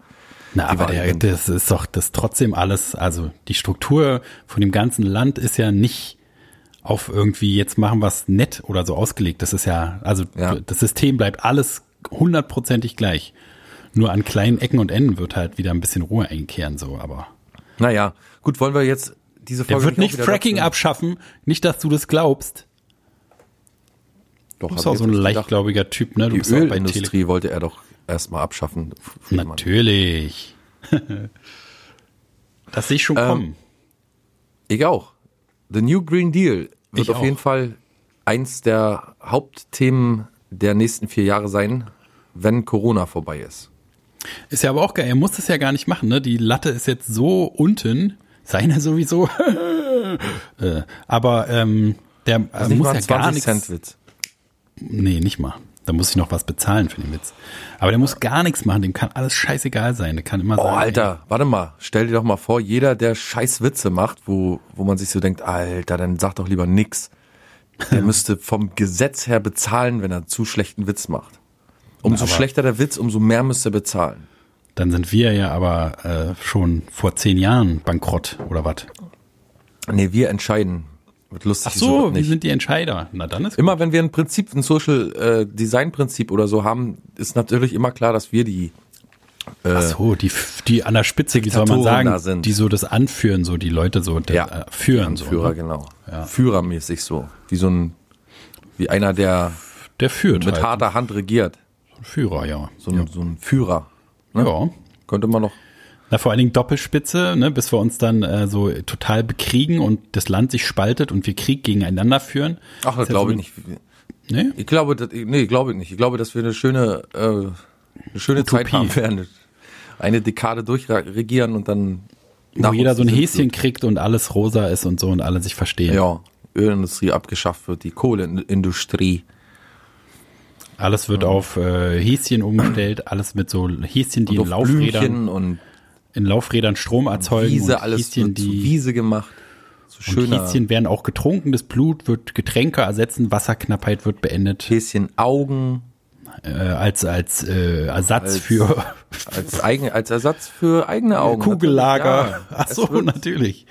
S4: Na,
S3: Die
S4: aber
S3: Wahl
S4: der,
S3: gewinnt.
S4: das ist doch das trotzdem alles, also die Struktur von dem ganzen Land ist ja nicht auf irgendwie jetzt machen was nett oder so ausgelegt. Das ist ja, also
S3: Ja.
S4: das System bleibt alles hundertprozentig gleich. Nur an kleinen Ecken und Enden wird halt wieder ein bisschen Ruhe einkehren, so, aber.
S3: Naja, gut, wollen wir jetzt diese
S4: Der
S3: Folge
S4: wird nicht
S3: auch wieder
S4: Fracking
S3: dazu-
S4: abschaffen, nicht, dass du das glaubst.
S3: Doch,
S4: Du
S3: hab
S4: bist auch
S3: ich
S4: so ein
S3: jetzt gedacht.
S4: leichtgläubiger Typ, ne? Du bist
S3: Die
S4: auch bei Tele
S3: Ölindustrie wollte er doch erstmal abschaffen. Friedmann.
S4: Natürlich. Ähm, das sehe ich schon kommen.
S3: Ich auch. The New Green Deal wird
S4: Ich
S3: auf
S4: auch.
S3: jeden Fall eins der Hauptthemen der nächsten vier Jahre sein, wenn Corona vorbei ist.
S4: Ist ja aber auch geil. Er muss das ja gar nicht machen, ne? Die Latte ist jetzt so unten. Seine sowieso. äh, aber ähm, der
S3: Also
S4: äh, muss ja gar nichts.
S3: Cent Witz.
S4: Nee, nicht mal. Da muss ich noch was bezahlen für den Witz. Aber der muss gar nichts machen. Dem kann alles scheißegal sein. Der kann immer
S3: Oh,
S4: sagen.
S3: Alter, warte mal. Stell dir doch mal vor, jeder, der scheiß Witze macht, wo, wo man sich so denkt, Alter, dann sag doch lieber nix. Der müsste vom Gesetz her bezahlen, wenn er zu schlechten Witz macht. Umso schlechter der Witz, umso mehr müsste er bezahlen.
S4: Ey, dann sind wir ja aber äh, schon vor zehn Jahren bankrott oder was?
S3: Nee, wir entscheiden. Wird lustig
S4: Ach
S3: ist es
S4: so, wir
S3: nicht.
S4: sind die Entscheider. Na dann ist
S3: Immer wenn wir ein Prinzip, ein Social äh, Design Prinzip oder so haben, ist natürlich immer klar, dass wir die.
S4: Ach so, die, die an der Spitze, wie soll man
S3: Äh, Diktatoren da
S4: sagen,
S3: sind.
S4: die so das anführen, so die Leute so das,
S3: Ja.
S4: äh, führen. So,
S3: Führer,
S4: ne?
S3: genau. Führermäßig so. Wie so ein, wie einer, der
S4: Der führt
S3: mit
S4: halt.
S3: harter Hand regiert.
S4: Führer, ja.
S3: So ein, so ein Führer. Ne?
S4: Ja.
S3: Könnte man noch.
S4: Na, vor allen Dingen Doppelspitze, ne, bis wir uns dann äh, so total bekriegen und das Land sich spaltet und wir Krieg gegeneinander führen.
S3: Ach, das
S4: Ist ja
S3: glaube ich
S4: so ne?
S3: nicht.
S4: eine- Nee?
S3: Ich glaube, das, nee, glaube ich nicht. Ich glaube, dass wir eine schöne, äh, eine schöne Zeit
S4: Utopie.
S3: haben werden. Eine Dekade durchregieren und dann.
S4: Wo jeder so ein
S3: uns die
S4: Häschen kriegt und alles rosa ist und so und alle sich verstehen.
S3: Ja, Ölindustrie abgeschafft wird, die Kohleindustrie.
S4: Alles wird auf äh, Häschen umgestellt, alles mit so Häschen, die in
S3: Und auf
S4: Laufrädern,
S3: Blümchen und
S4: in Laufrädern Strom erzeugen.
S3: Wiese,
S4: und
S3: alles
S4: Häschen,
S3: wird zu
S4: die
S3: Wiese gemacht. So
S4: Und
S3: schöner Häschen,
S4: Häschen werden auch getrunken, das Blut wird Getränke ersetzen, Wasserknappheit wird beendet
S3: Hm. Augen
S4: äh, als als äh, Ersatz
S3: Als
S4: für
S3: als, eigen, als Ersatz für eigene Augen.
S4: Äh, Kugellager.
S3: Natürlich, ja.
S4: Ach so,
S3: Es wird,
S4: natürlich.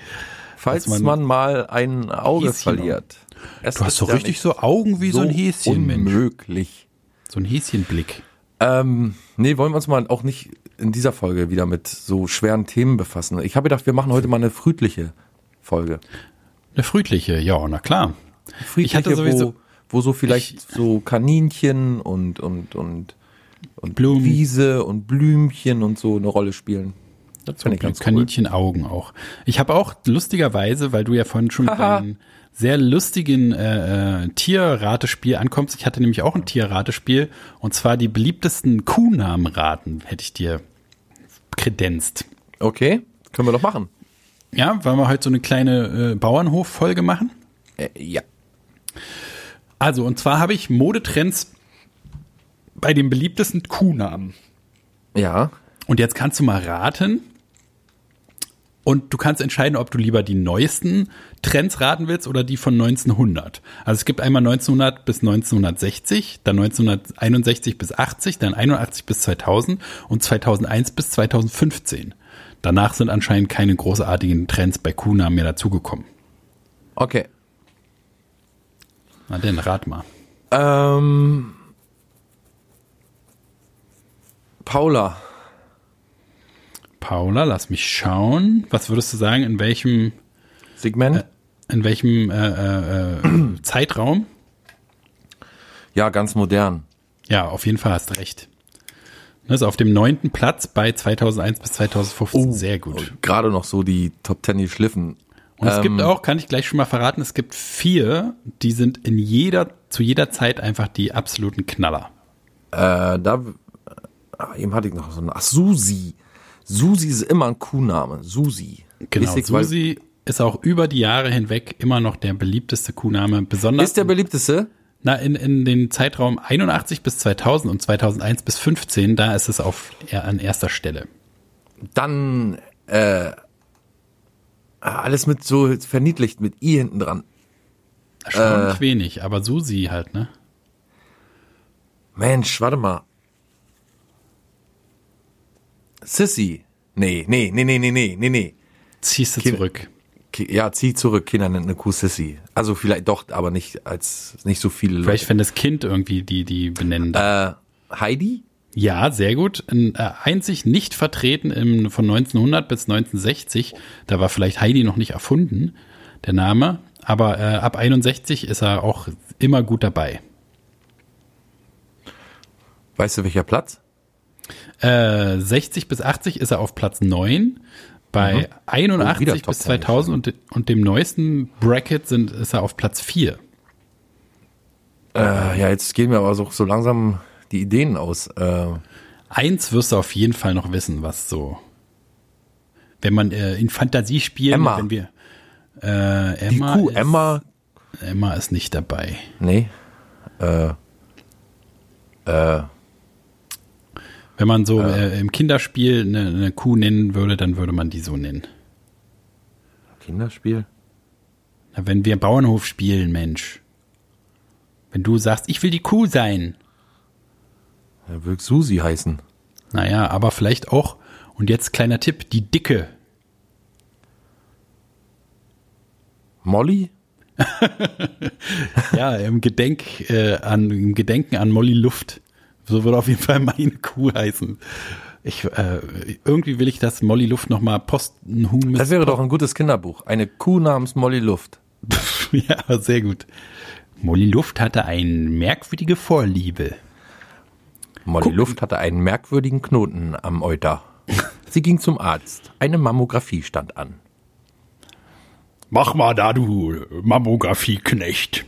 S3: falls
S4: dass
S3: man,
S4: man-
S3: mal ein Auge
S4: Häschen-
S3: verliert. Es
S4: Du hast
S3: ist
S4: so
S3: ja
S4: richtig
S3: nicht
S4: so Augen wie so, ein Häschen, Mensch.
S3: Unmöglich.
S4: So ein Häschenblick.
S3: Ähm, nee, wollen wir uns mal auch nicht in dieser Folge wieder mit so schweren Themen befassen. Ich habe gedacht, wir machen heute mal eine früdliche Folge.
S4: Eine früdliche, ja, na klar.
S3: Friedliche,
S4: hatte sowieso-
S3: wo, wo so vielleicht so Kaninchen und und und und
S4: Blumen.
S3: Wiese und Blümchen und so eine Rolle spielen. Das
S4: So
S3: finde ich ganz cool.
S4: Kaninchenaugen auch. Ich habe auch lustigerweise, weil du ja vorhin schon mit
S3: Haha.
S4: einem sehr lustigen äh, äh, Tierratespiel ankommst. Ich hatte nämlich auch ein Tierratespiel und zwar die beliebtesten Kuhnamen raten, hätte ich dir kredenzt.
S3: Okay, können wir doch machen.
S4: Ja, wollen wir heute so eine kleine äh, Bauernhof-Folge machen?
S3: Äh, ja.
S4: Also, und zwar habe ich Modetrends bei den beliebtesten Kuhnamen.
S3: Ja.
S4: Und jetzt kannst du mal raten. Und du kannst entscheiden, ob du lieber die neuesten Trends raten willst oder die von 1900. Also es gibt einmal 1900 bis 1960, dann 1961 bis 80, dann 81 bis 2000 und 2001 bis 2015. Danach sind anscheinend keine großartigen Trends bei Kuhnamen mehr dazugekommen.
S3: Okay.
S4: Na denn, rat mal.
S3: Ähm, Paula,
S4: Paula, lass mich schauen. Was würdest du sagen, in welchem, Äh.
S3: Segment?
S4: in welchem äh, äh, äh, Zeitraum?
S3: ja, ganz modern.
S4: Ja, auf jeden Fall hast du recht. Das ist auf dem neunten Platz bei 2001 bis
S3: Oh,
S4: 2015. Sehr gut.
S3: Gerade noch so die Top Ten die Schliffen.
S4: Und es
S3: ähm,
S4: gibt auch, kann ich gleich schon mal verraten, es gibt vier, die sind in jeder, zu jeder Zeit einfach die absoluten Knaller.
S3: Äh, da, ah, eben hatte ich noch so eine. Ach, Susi. Susi ist immer ein Kuhname. Susi.
S4: Genau.
S3: Ist, ich- weil-
S4: Susi ist auch über die Jahre hinweg immer noch der beliebteste Kuhname, besonders
S3: ist der beliebteste?
S4: na, in, in den Zeitraum 81 bis 2000 und 2001 bis 15, da ist es auf, eher an erster Stelle.
S3: Dann, äh, ah, alles mit so verniedlicht, mit I hinten dran. Äh.
S4: Erstaunlich wenig, aber Susi halt, ne?
S3: Mensch, warte mal. Sissy. Nee, nee, nee, nee, nee, nee, nee, nee.
S4: Ziehst du
S3: Kind-
S4: zurück.
S3: Ki- Ja, zieh zurück, Kinder nennt eine Kuh Sissy. Also vielleicht doch, aber nicht als nicht so viele Leute.
S4: Vielleicht, wenn das Kind irgendwie die, die benennen darf.
S3: Äh, Heidi?
S4: Ja, sehr gut. Ein, äh, einzig nicht vertreten im, von 1900 bis 1960. Da war vielleicht Heidi noch nicht erfunden, der Name. Aber äh, ab 61 ist er auch immer gut dabei.
S3: Weißt du, welcher Platz?
S4: Äh, 60 bis 80 ist er auf Platz 9. Bei
S3: Oh, wieder
S4: 81
S3: Top
S4: bis
S3: 10
S4: 2000 und, und dem neuesten Bracket sind, ist er auf Platz 4.
S3: Äh, ja, jetzt gehen mir aber so, so langsam die Ideen aus. Äh,
S4: Eins wirst du auf jeden Fall noch wissen, was so. Wenn man äh, in Fantasie spielt,
S3: Emma.
S4: wenn wir. Äh,
S3: die
S4: Emma
S3: Kuh
S4: ist-
S3: Emma.
S4: Emma ist nicht dabei.
S3: Nee. Äh,
S4: Wenn man so äh, im Kinderspiel eine, eine Kuh nennen würde, dann würde man die so nennen.
S3: Kinderspiel?
S4: Na, wenn wir Bauernhof spielen, Mensch. Wenn du sagst, ich will die Kuh sein.
S3: Er wird Susi heißen.
S4: Naja, aber vielleicht auch, und jetzt kleiner Tipp, die Dicke.
S3: Molly?
S4: Ja, im, Gedenk, äh, an, im Gedenken an Molly Luft. So würde auf jeden Fall meine Kuh heißen. Ich, äh, irgendwie will ich, dass Molly Luft nochmal Postenhuhn
S3: Das wäre doch ein gutes Kinderbuch. Eine Kuh namens Molly Luft.
S4: Ja, sehr gut. Molly Luft hatte eine merkwürdige Vorliebe.
S3: Molly Luft hatte einen merkwürdigen Knoten am Euter. Sie ging zum Arzt. Eine Mammographie stand an.
S4: Mach mal da, du Mammographie-Knecht.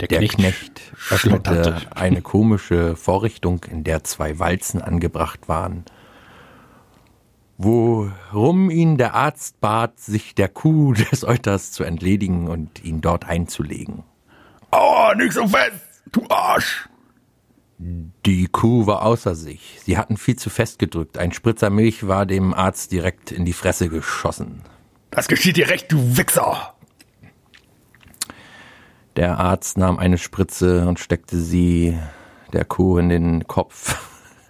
S3: Der Knecht öffnete
S4: schlotterte.
S3: eine komische Vorrichtung, in der zwei Walzen angebracht waren, worum ihn der Arzt bat, sich der Kuh des Euters zu entledigen und ihn dort einzulegen.
S4: Aua, nix so fest, du Arsch.
S3: Die Kuh war außer sich. Sie hatten viel zu fest gedrückt. Ein Spritzer Milch war dem Arzt direkt in die Fresse geschossen.
S4: Das geschieht dir recht, du Wichser.
S3: Der Arzt nahm eine Spritze und steckte sie der Kuh in den Kopf,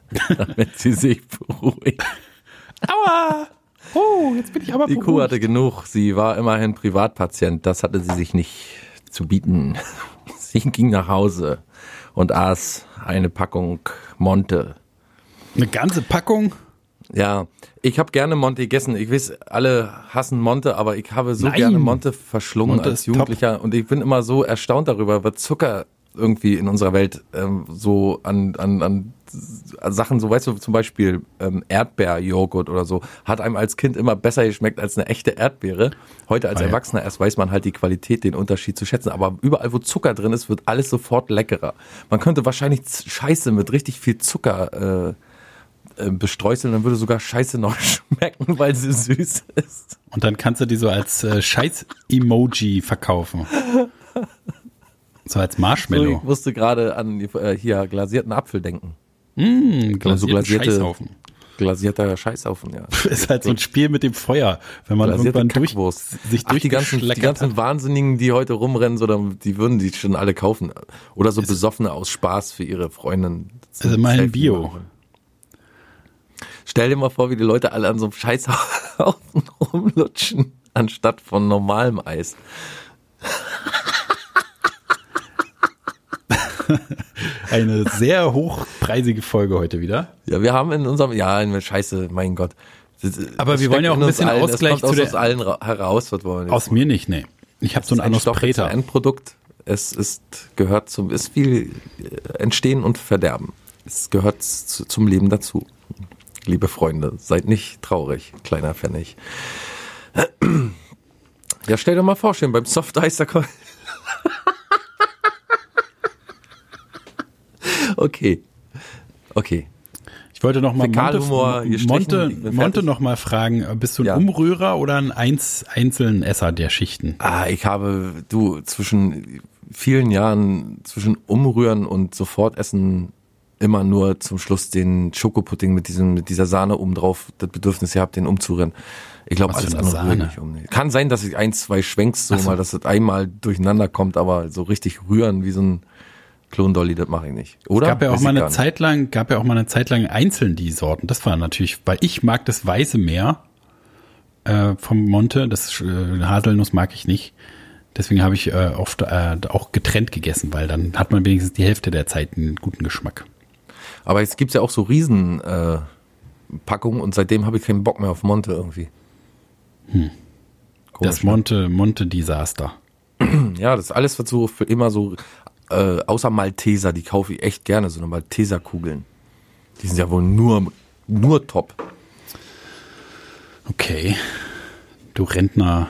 S3: damit sie sich beruhigt.
S4: Aua. Oh, jetzt bin ich aber
S3: Die Kuh hatte genug. Sie war immerhin Privatpatient. Das hatte sie sich nicht zu bieten. abends. Ich ging nach Hause und aß eine Packung Monte.
S4: Eine ganze Packung?
S3: Ja, ich habe gerne Monte gegessen. Ich weiß, alle hassen Monte, aber ich habe so
S4: Nein.
S3: gerne Monte verschlungen
S4: Monte
S3: als
S4: ist top.
S3: Jugendlicher. Und ich bin immer so erstaunt darüber, was Zucker irgendwie in unserer Welt ähm, so an, an, an Sachen, so weißt du, zum Beispiel ähm, Erdbeerjoghurt oder so, hat einem als Kind immer besser geschmeckt als eine echte Erdbeere. Heute als
S4: Ah, ja.
S3: Erwachsener erst weiß man halt die Qualität, den Unterschied zu schätzen. Aber überall, wo Zucker drin ist, wird alles sofort leckerer. Man könnte wahrscheinlich Z- Scheiße mit richtig viel Zucker äh, äh, bestreuseln, dann würde sogar Scheiße noch schmecken, weil sie süß ist.
S4: Und dann kannst du die so als äh, Scheiß-Emoji verkaufen. So als
S3: So, ich
S4: Marshmallow.
S3: musste gerade an äh, hier glasierten Apfel denken.
S4: Ein
S3: so
S4: glasierten
S3: glasierte-
S4: Scheißhaufen.
S3: Glasierter Scheißhaufen, ja.
S4: Ist halt so ein Spiel mit dem Feuer, wenn man
S3: Glasierte
S4: irgendwann durch,
S3: Kackwurst.
S4: sich
S3: Ach, die ganzen, die
S4: durchgeschleckert
S3: ganzen
S4: hat.
S3: Wahnsinnigen, die heute rumrennen, so, dann- die würden die schon alle kaufen. Oder so Besoffene aus Spaß für ihre Freundin.
S4: Also
S3: Zum
S4: mal ein
S3: Selfie
S4: Bio.
S3: machen. Stell dir mal vor, wie die Leute alle an so einem Scheißhaufen rumlutschen, anstatt von normalem Eis.
S4: Eine sehr hochpreisige Folge heute wieder.
S3: Ja, wir haben in unserem, ja, in- scheiße, mein Gott. Das- äh,
S4: Aber
S3: das
S4: wir wollen
S3: steckt
S4: ja auch ein
S3: in uns
S4: bisschen
S3: allen.
S4: Ausgleich
S3: es kommt
S4: zu der-
S3: aus uns allen ra- heraus, was wollen wir
S4: Aus mir nicht, nee. Ich habe so einen
S3: Stoff, es ist ein
S4: Anospreter.
S3: Endprodukt. Es ist, gehört zum, ist viel äh, Entstehen und Verderben. Es gehört zu, zum Leben dazu. Liebe Freunde, seid nicht traurig, kleiner Pfennig. Ja, stell dir mal vor, schön beim Soft Eis, da kommt. Okay. Okay.
S4: Ich wollte noch mal
S3: Fäkalhumor
S4: Monte,
S3: gestrichen, ich bin
S4: Monte,
S3: fertig.
S4: Monte noch mal fragen, äh, bist du ein
S3: Ja.
S4: Umrührer oder ein Einz einzelnen Esser der Schichten?
S3: Ah, ich habe, du, zwischen vielen Jahren, zwischen Umrühren und Sofortessen immer nur zum Schluss den Schokopudding mit diesem, mit dieser Sahne oben drauf, das Bedürfnis gehabt, den umzurühren. Ich glaube,
S4: Was für
S3: alles
S4: eine
S3: andere rühre
S4: Sahne?
S3: ich um. Kann sein, dass ich ein, zwei Schwenks so,
S4: Ach so.
S3: mal, dass das einmal durcheinander kommt, aber so richtig rühren wie so ein Klondolly, das mache ich nicht. Oder?
S4: Gab ja auch
S3: Weiß ich
S4: mal eine
S3: gar nicht.
S4: Zeit lang, gab ja auch mal eine Zeit lang einzeln die Sorten. Das war natürlich, weil ich mag das Weiße mehr äh, vom Monte. Das äh, Haselnuss mag ich nicht. Deswegen habe ich äh, oft äh, auch getrennt gegessen, weil dann hat man wenigstens die Hälfte der Zeit einen guten Geschmack.
S3: Aber es gibt ja auch so Riesen, äh, Packungen und seitdem habe ich keinen Bock mehr auf Monte irgendwie. ne? Hm.
S4: Hm. das Monte, Monte Desaster.
S3: Ja, das ist alles, was so für immer so, äh, außer Malteser, die kaufe ich echt gerne, so eine Malteser-Kugeln. Die sind ja wohl nur, nur top.
S4: Okay. Du Rentner.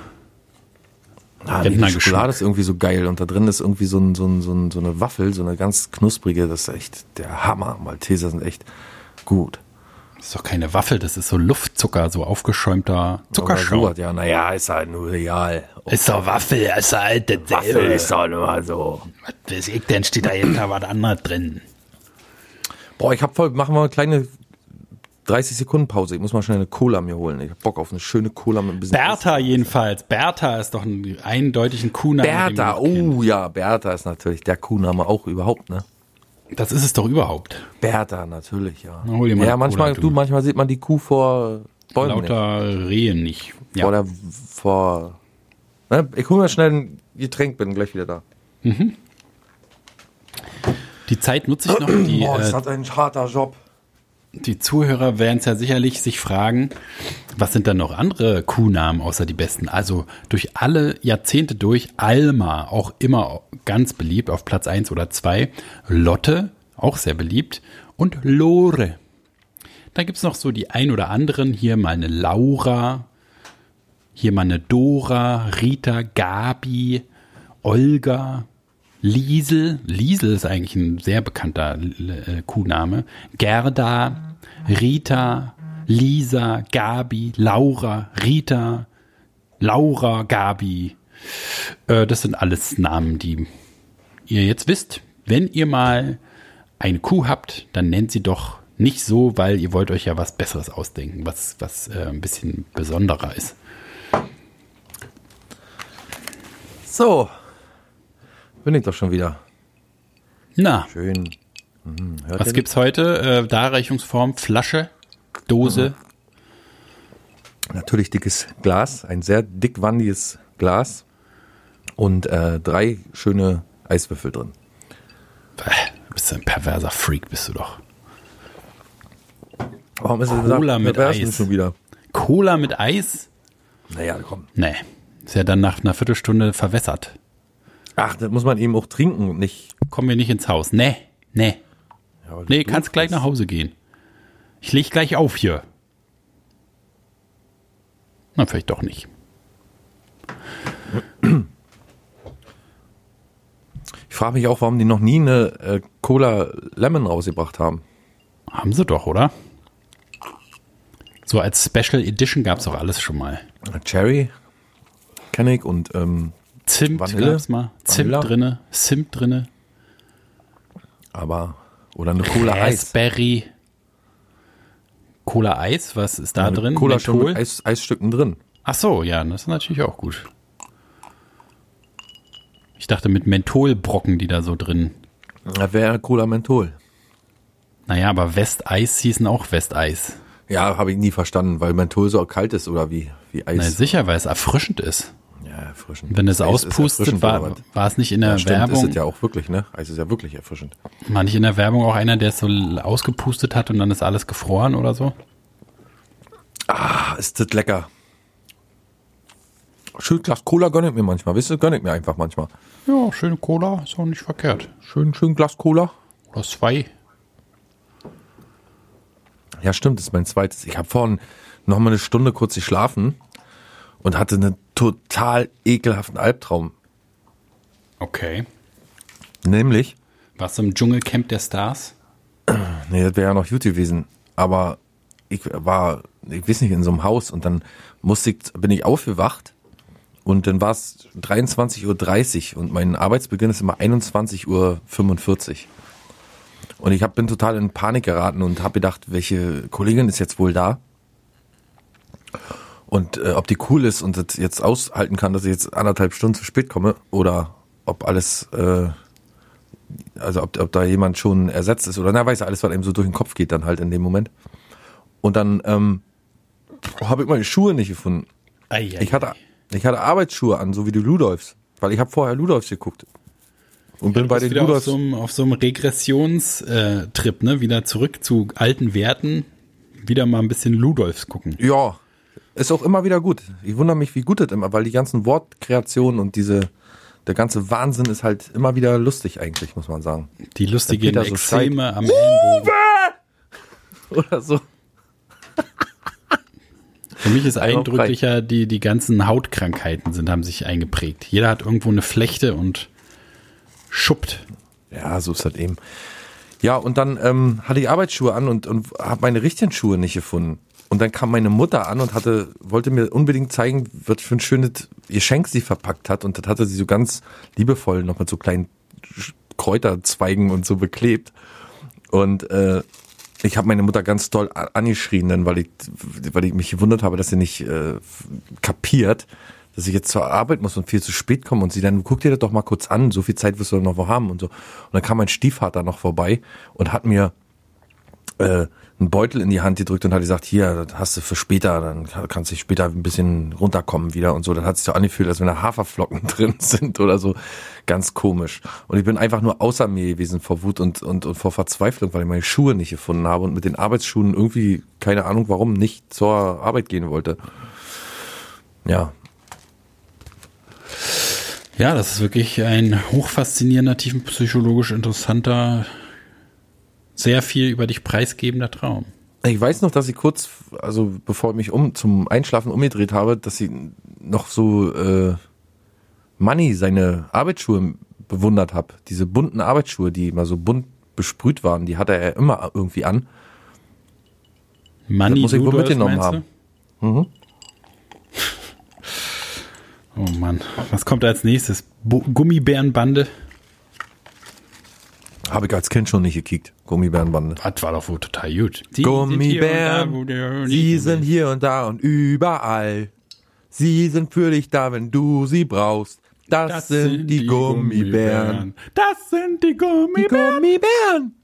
S3: Ah,
S4: Kennt
S3: nee, die
S4: man
S3: Schokolade
S4: Geschmack.
S3: ist irgendwie so geil und da drin ist irgendwie so, ein, so, ein, so, ein, so eine Waffel, so eine ganz knusprige, das ist echt der Hammer. Malteser sind echt gut.
S4: Das ist doch keine Waffel, das ist so Luftzucker, so aufgeschäumter Zuckerschaum.
S3: Sowas, ja, naja, ist halt nur real.
S4: Ist doch Waffel, ist doch halt
S3: Waffel
S4: dasselbe.
S3: ist halt immer so.
S4: Was weiß ich denn, steht da jeden Tag was anderes drin.
S3: Boah, ich hab voll, machen wir eine kleine 30 Sekunden Pause. Ich muss mal schnell eine Cola mir holen. Ich hab Bock auf eine schöne Cola mit ein bisschen
S4: Bertha jedenfalls. Bertha ist doch ein eindeutig ein Kuhname. den wir
S3: Bertha,
S4: noch kennen.
S3: oh ja, Bertha ist natürlich der Kuhname auch überhaupt, ne?
S4: Das ist es doch überhaupt.
S3: Bertha, natürlich, ja.
S4: Na, hol dir mal
S3: ja,
S4: eine
S3: manchmal,
S4: Cola,
S3: du,
S4: du.
S3: manchmal sieht man die Kuh vor Bäumen. nicht.
S4: Lauter Rehen nicht. Ja.
S3: Oder vor. Ne? Ich hol mir schnell ein Getränk, bin gleich wieder da.
S4: Die Zeit nutze ich noch. Die,
S3: Boah, Oh, ist
S4: äh,
S3: das ein harter Job.
S4: die Zuhörer werden es ja sicherlich sich fragen, was sind dann noch andere Kuhnamen außer die besten? Also durch alle Jahrzehnte durch, Alma auch immer ganz beliebt auf Platz 1 oder 2, Lotte auch sehr beliebt und Lore. Dann gibt es noch so die ein oder anderen, hier mal eine Laura, hier mal eine Dora, Rita, Gabi, Olga, Liesel. Liesel ist eigentlich ein sehr bekannter äh, Kuhname. Gerda, Rita, Lisa, Gabi, Laura, Rita, Laura, Gabi. Äh, das sind alles Namen, die ihr jetzt wisst. Wenn ihr mal eine Kuh habt, dann nennt sie doch nicht so, weil ihr wollt euch ja was Besseres ausdenken, was, was äh, ein bisschen besonderer ist.
S3: So. Bin ich doch schon wieder.
S4: Na,
S3: Schön. Mhm, hört
S4: was
S3: ihr
S4: gibt's heute? Äh, Darreichungsform, Flasche, Dose.
S3: natürlich dickes Glas, ein sehr dickwandiges Glas und äh, drei schöne Eiswürfel drin.
S4: Äh, Bist du ein perverser Freak, bist du doch.
S3: Warum ist es
S4: Cola mit
S3: pervers
S4: Eis.
S3: schon wieder?
S4: Cola mit Eis?
S3: Naja, komm.
S4: Nee. Ist ja dann nach einer Viertelstunde verwässert.
S3: Ach, das muss man eben auch trinken und nicht.
S4: Kommen wir nicht ins Haus. Nee, nee.
S3: Ja, aber
S4: Nee,
S3: du-
S4: kannst gleich nach Hause gehen. Ich leg gleich auf hier. Na, vielleicht doch nicht.
S3: Ich frage mich auch, warum die noch nie eine äh, Cola Lemon rausgebracht haben.
S4: Haben sie doch, oder? So als Special Edition gab's doch alles schon mal.
S3: Cherry kenne ich und ähm,
S4: Zimt
S3: Vanille?
S4: gab's mal. Zimt
S3: Vanilla?
S4: drinne, Zimt drinne,
S3: aber oder eine Cola Eis.
S4: Raspberry. Cola Eis, was ist da drin?
S3: Cola schon mit
S4: Menthol?
S3: Eis, Eisstücken drin.
S4: Ach so, ja, das ist natürlich auch gut. Ich dachte mit Mentholbrocken, die da so drin.
S3: Da wäre Cola Menthol.
S4: Naja, aber Westeis hießen auch Westeis.
S3: Ja, habe ich nie verstanden, weil Menthol so kalt ist oder wie, wie
S4: Na
S3: Eis.
S4: sicher, weil es erfrischend ist.
S3: ja, erfrischend.
S4: Wenn es
S3: Eis ist
S4: auspustet,
S3: erfrischend,
S4: war,
S3: oder was?
S4: war es nicht in der
S3: ja, stimmt, ist
S4: Werbung.
S3: es ja auch wirklich, ne? Eis ist ja wirklich erfrischend.
S4: War nicht in der Werbung auch einer, der es so l- ausgepustet hat und dann ist alles gefroren oder so?
S3: Ah, ist das lecker. Schön Glas Cola gönne ich mir manchmal, wisst ihr, gönne ich mir einfach manchmal.
S4: Ja, schöne Cola, ist auch nicht verkehrt.
S3: Schön, schön Glas Cola.
S4: Oder zwei.
S3: Ja, stimmt, das ist mein zweites. Ich habe vorhin noch mal eine Stunde kurz geschlafen und hatte einen total ekelhaften Albtraum.
S4: Okay.
S3: Nämlich,
S4: Warst du im Dschungelcamp der Stars?
S3: nee, das wäre ja noch gut gewesen, aber ich war, ich weiß nicht, in so einem Haus und dann musste ich, bin ich aufgewacht und dann war es 23.30 Uhr und mein Arbeitsbeginn ist immer 21.45 Uhr. Und ich hab, bin total in Panik geraten und habe gedacht, welche Kollegin ist jetzt wohl da? Und äh, ob die cool ist und das jetzt aushalten kann, dass ich jetzt anderthalb Stunden zu spät komme oder ob alles, äh, also ob, ob da jemand schon ersetzt ist oder na, weiß ja alles, was einem so durch den Kopf geht dann halt in dem Moment. Und dann ähm, habe ich meine Schuhe nicht gefunden. Ich hatte, ich hatte Arbeitsschuhe an, so wie die Ludolfs, weil ich habe vorher Ludolfs geguckt. Und bin bei
S4: Bei
S3: den
S4: wieder auf
S3: Ludolfs.
S4: so einem, auf so einem Regressionstrip, ne? Wieder zurück zu alten Werten, wieder mal ein bisschen Ludolfs gucken.
S3: Ja, ist auch immer wieder gut. Ich wundere mich, wie gut das immer, weil die ganzen Wortkreationen und diese, der ganze Wahnsinn ist halt immer wieder lustig eigentlich, muss man sagen.
S4: Die lustigen
S3: Der Peter so
S4: Extreme am Ellenbogen.
S3: Oder so.
S4: Für mich ist
S3: Einmal
S4: eindrücklicher, die, die ganzen Hautkrankheiten sind, haben sich eingeprägt. Jeder hat irgendwo eine Flechte und schuppt.
S3: Ja, so ist das eben. Ja, und dann ähm, hatte ich Arbeitsschuhe an und, und habe meine richtigen Schuhe nicht gefunden. Und dann kam meine Mutter an und hatte, wollte mir unbedingt zeigen, was für ein schönes Geschenk sie verpackt hat. Und das hatte sie so ganz liebevoll noch mit so kleinen Sch- Kräuterzweigen und so beklebt. Und äh, ich habe meine Mutter ganz doll a- angeschrien, dann, weil ich, weil ich mich gewundert habe, dass sie nicht äh, f- kapiert, dass ich jetzt zur Arbeit muss und viel zu spät komme. Und sie dann, guck dir das doch mal kurz an, so viel Zeit wirst du doch noch wo haben und so. Und dann kam mein Stiefvater noch vorbei und hat mir äh, einen Beutel in die Hand gedrückt und hat gesagt, hier, das hast du für später, dann kann- kannst du später ein bisschen runterkommen wieder und so. Dann hat sich so angefühlt, als wenn da Haferflocken drin sind oder so. Ganz komisch. Und ich bin einfach nur außer mir gewesen vor Wut und, und, und vor Verzweiflung, weil ich meine Schuhe nicht gefunden habe und mit den Arbeitsschuhen irgendwie, keine Ahnung warum, nicht zur Arbeit gehen wollte. Ja,
S4: Ja, das ist wirklich ein hochfaszinierender, tiefenpsychologisch interessanter, sehr viel über dich preisgebender Traum.
S3: Ich weiß noch, dass ich kurz, also bevor ich mich um zum Einschlafen umgedreht habe, dass sie noch so äh, Money seine Arbeitsschuhe bewundert habe. Diese bunten Arbeitsschuhe, die immer so bunt besprüht waren, die hatte er immer irgendwie an.
S4: Manni
S3: Das muss ich wohl
S4: Ludolf,
S3: mitgenommen
S4: meinst
S3: haben. Mhm.
S4: du? Oh Mann, was kommt als nächstes? Bu Gummibärenbande?
S3: Habe ich als Kind schon nicht gekickt. Gummibärenbande.
S4: Das war doch wohl total gut.
S3: Gummibären, sie sind hier und da und überall. Sie sind für dich da, wenn du sie brauchst. Das, sind die Gummibären.
S4: Das sind die Gummibären.
S3: Gummibären.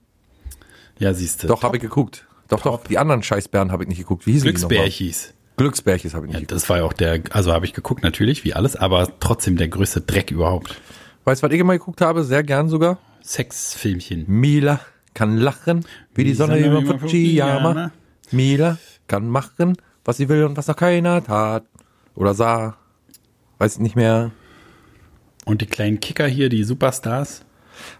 S4: Ja, siehst du.
S3: Doch, habe ich geguckt. Doch, doch, die anderen Scheißbären habe ich nicht geguckt. Wie hießen
S4: Glücksbär
S3: die
S4: hieß.
S3: nochmal? Glücksbärchis habe ich
S4: Ja,
S3: nicht
S4: das war ja auch der, also habe ich geguckt natürlich, wie alles, aber trotzdem der größte Dreck überhaupt.
S3: geguckt. Weißt du, was ich immer geguckt habe? Sehr gern sogar.
S4: Sexfilmchen.
S3: Mila kann lachen, wie die, Sonne, über Fujiyama.
S4: Fujiyama.
S3: Mila kann machen, was sie will und was noch keiner tat. Oder sah. Weiß nicht mehr.
S4: Und die kleinen Kicker hier, die Superstars,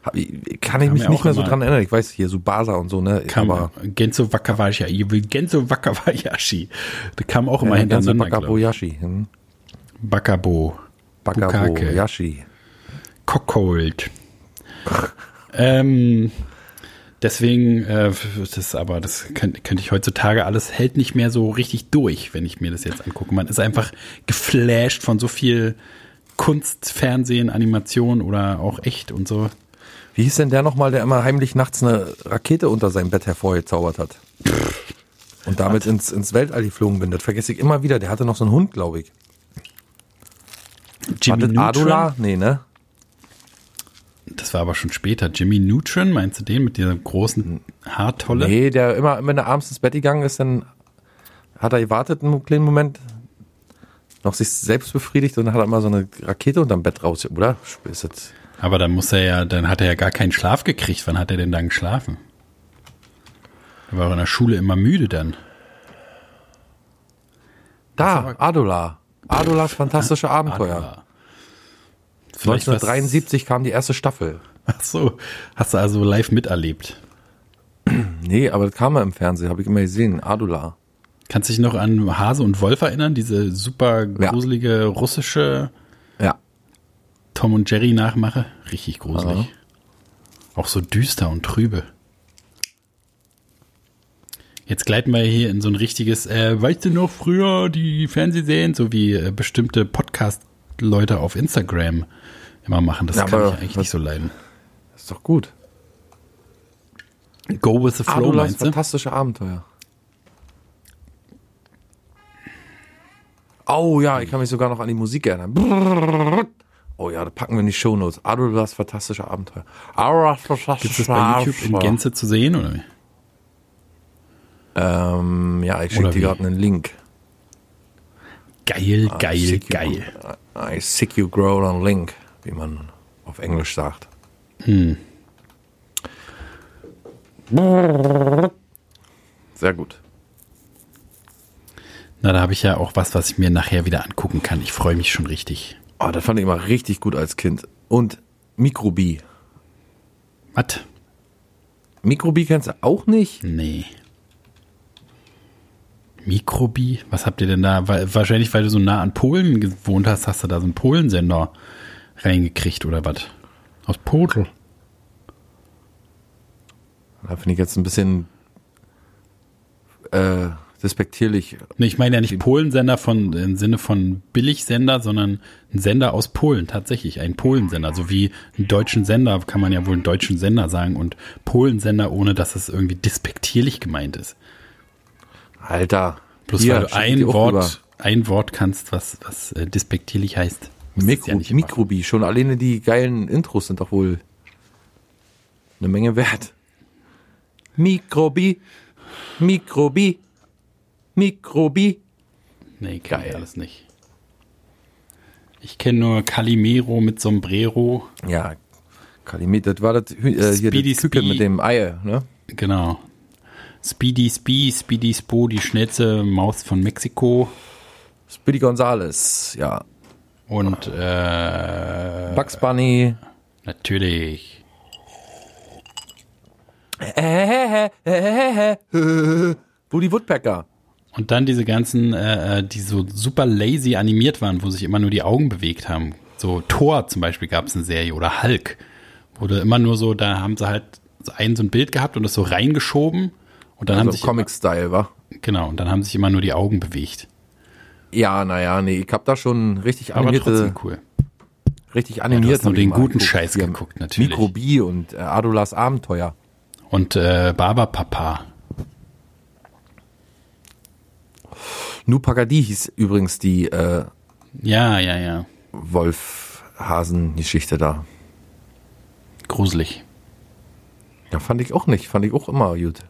S3: Hab ich- Kann ich
S4: Kam
S3: mich
S4: ja
S3: nicht
S4: auch
S3: mehr so
S4: immer.
S3: dran erinnern. Ich weiß hier, Subasa und so, ne?
S4: kam
S3: Aber
S4: Genzo Wakawashi, Genzo Wakawayashi. Der kam auch immer
S3: äh, ganze
S4: hintereinander,
S3: Bakabo
S4: glaube ich.
S3: Yashi. Hm?
S4: Bakabo.
S3: Bakabo
S4: Bukake.
S3: Yashi.
S4: Cockhold. ähm, deswegen, äh, das aber, das könnte könnte ich heutzutage alles, hält nicht mehr so richtig durch, wenn ich mir das jetzt angucke. Man ist einfach geflasht von so viel Kunst, Fernsehen, Animation oder auch echt und so.
S3: Wie hieß denn der nochmal, der immer heimlich nachts eine Rakete unter seinem Bett hervorgezaubert hat? Und damit ins, ins Weltall geflogen bin. Das vergesse ich immer wieder. Der hatte noch so einen Hund, glaube ich. War das Adula? Nee, ne?
S4: Das war aber schon später. Jimmy Neutron, meinst du den mit dieser großen Haartolle?
S3: Nee, der immer, wenn er abends ins Bett gegangen ist, dann hat er gewartet einen kleinen Moment, noch sich selbst befriedigt und dann hat er immer so eine Rakete unterm Bett raus, oder? Ist das,
S4: Aber dann muss er ja, dann hat er ja gar keinen Schlaf gekriegt. Wann hat er denn dann geschlafen? Er war in der Schule immer müde dann.
S3: da, Adola. Adolas fantastische Abenteuer.
S4: Adler. Vielleicht was-
S3: 1973 kam die erste Staffel.
S4: Ach so, hast du also live miterlebt.
S3: Nee, aber das kam ja im Fernsehen, habe ich immer gesehen. Adola.
S4: Kannst dich noch an Hase und Wolf erinnern? Diese super
S3: Ja.
S4: gruselige russische
S3: Ja.
S4: Tom und Jerry Nachmache? Richtig gruselig. Auch so düster und trübe. Jetzt gleiten wir hier in so ein richtiges, äh, weißt du noch früher die Fernsehserien, so wie äh, bestimmte Podcast-Leute auf Instagram immer machen. Das
S3: Ja,
S4: kann
S3: aber
S4: ich eigentlich
S3: was- Ah,
S4: nicht so leiden.
S3: Ist doch gut.
S4: Go with the flow,
S3: Adolas
S4: meinst du?
S3: Ah, fantastische Abenteuer. Oh ja, ich kann mich sogar noch an die Musik erinnern. Brrrr. Oh ja, da packen wir in die Shownotes. Adolas fantastische Abenteuer. Adolas
S4: Gibt
S3: fantastische
S4: es bei YouTube in
S3: Abenteuer.
S4: Gänze zu sehen? Oder? wie?
S3: Ähm, ja, ich schicke
S4: Oder
S3: dir
S4: wie?
S3: gerade einen Link.
S4: Geil,
S3: I
S4: geil,
S3: sick you-
S4: geil.
S3: I sick you grow on link, wie man auf Englisch sagt.
S4: Hm.
S3: Sehr gut.
S4: Na, da habe ich ja auch was, was ich mir nachher wieder angucken kann. Ich freue mich schon richtig.
S3: Oh, das fand ich immer richtig gut als Kind. Und Mikrobi.
S4: Was?
S3: Mikrobi kennst du auch nicht?
S4: Nee. Mikrobi? Was habt ihr denn da? Wa- Wahrscheinlich, weil du so nah an Polen gewohnt hast, hast du da so einen Polensender reingekriegt oder was? Aus Podl.
S3: Da finde ich jetzt ein bisschen äh, despektierlich.
S4: Nee, ich meine ja nicht Polensender von, im Sinne von Billigsender, sondern ein Sender aus Polen, tatsächlich. Ein Polensender. So wie einen deutschen Sender kann man ja wohl einen deutschen Sender sagen und Polensender, ohne dass es irgendwie despektierlich gemeint ist.
S3: Alter.
S4: Bloß
S3: hier,
S4: weil du
S3: schick ich dir
S4: ein
S3: auch
S4: Wort, ein Wort kannst, was, was äh, despektierlich heißt.
S3: rüber.
S4: Muss das
S3: Mikro,
S4: ja nicht machen.
S3: Mikrobi. Schon alleine die geilen Intros sind doch wohl eine Menge wert. Mikrobi. Mikrobi. Mikrobi.
S4: Nee, kenn ich
S3: Geil.
S4: alles nicht. Ich kenne nur Calimero mit Sombrero.
S3: Ja, Kalimit, das war das, Hü- äh, hier
S4: Speedy
S3: das Küken
S4: Spee.
S3: mit dem Ei, ne?
S4: Genau. Speedy Spee, Speedy Spo, die Schnetze, Maus von Mexiko
S3: Speedy Gonzales, ja.
S4: und äh,
S3: Bugs Bunny.
S4: natürlich
S3: Woody Woodpecker.
S4: Und dann diese ganzen, äh, äh, die so super lazy animiert waren, wo sich immer nur die Augen bewegt haben. So Thor zum Beispiel gab es eine Serie oder Hulk. Wurde immer nur so, da haben sie halt so ein so ein Bild gehabt und das so reingeschoben. Und dann haben
S3: Also
S4: sich
S3: Comic-Style, wa?
S4: genau, und dann haben sich immer nur die Augen bewegt.
S3: Ja, naja, nee, ich hab da schon richtig
S4: Aber trotzdem
S3: animierte,
S4: cool.
S3: richtig animiert.
S4: nur
S3: hab ich
S4: den
S3: mal
S4: guten
S3: geguckt.
S4: Scheiß
S3: Hier
S4: geguckt, natürlich.
S3: Mikrobi und äh, Adolas Abenteuer.
S4: Und äh, Barbapapa.
S3: Nupagadi hieß übrigens die äh,
S4: Ja, ja, ja.
S3: Wolf-Hasen-Geschichte da.
S4: Gruselig.
S3: Ja, fand ich auch nicht, fand ich auch immer gut.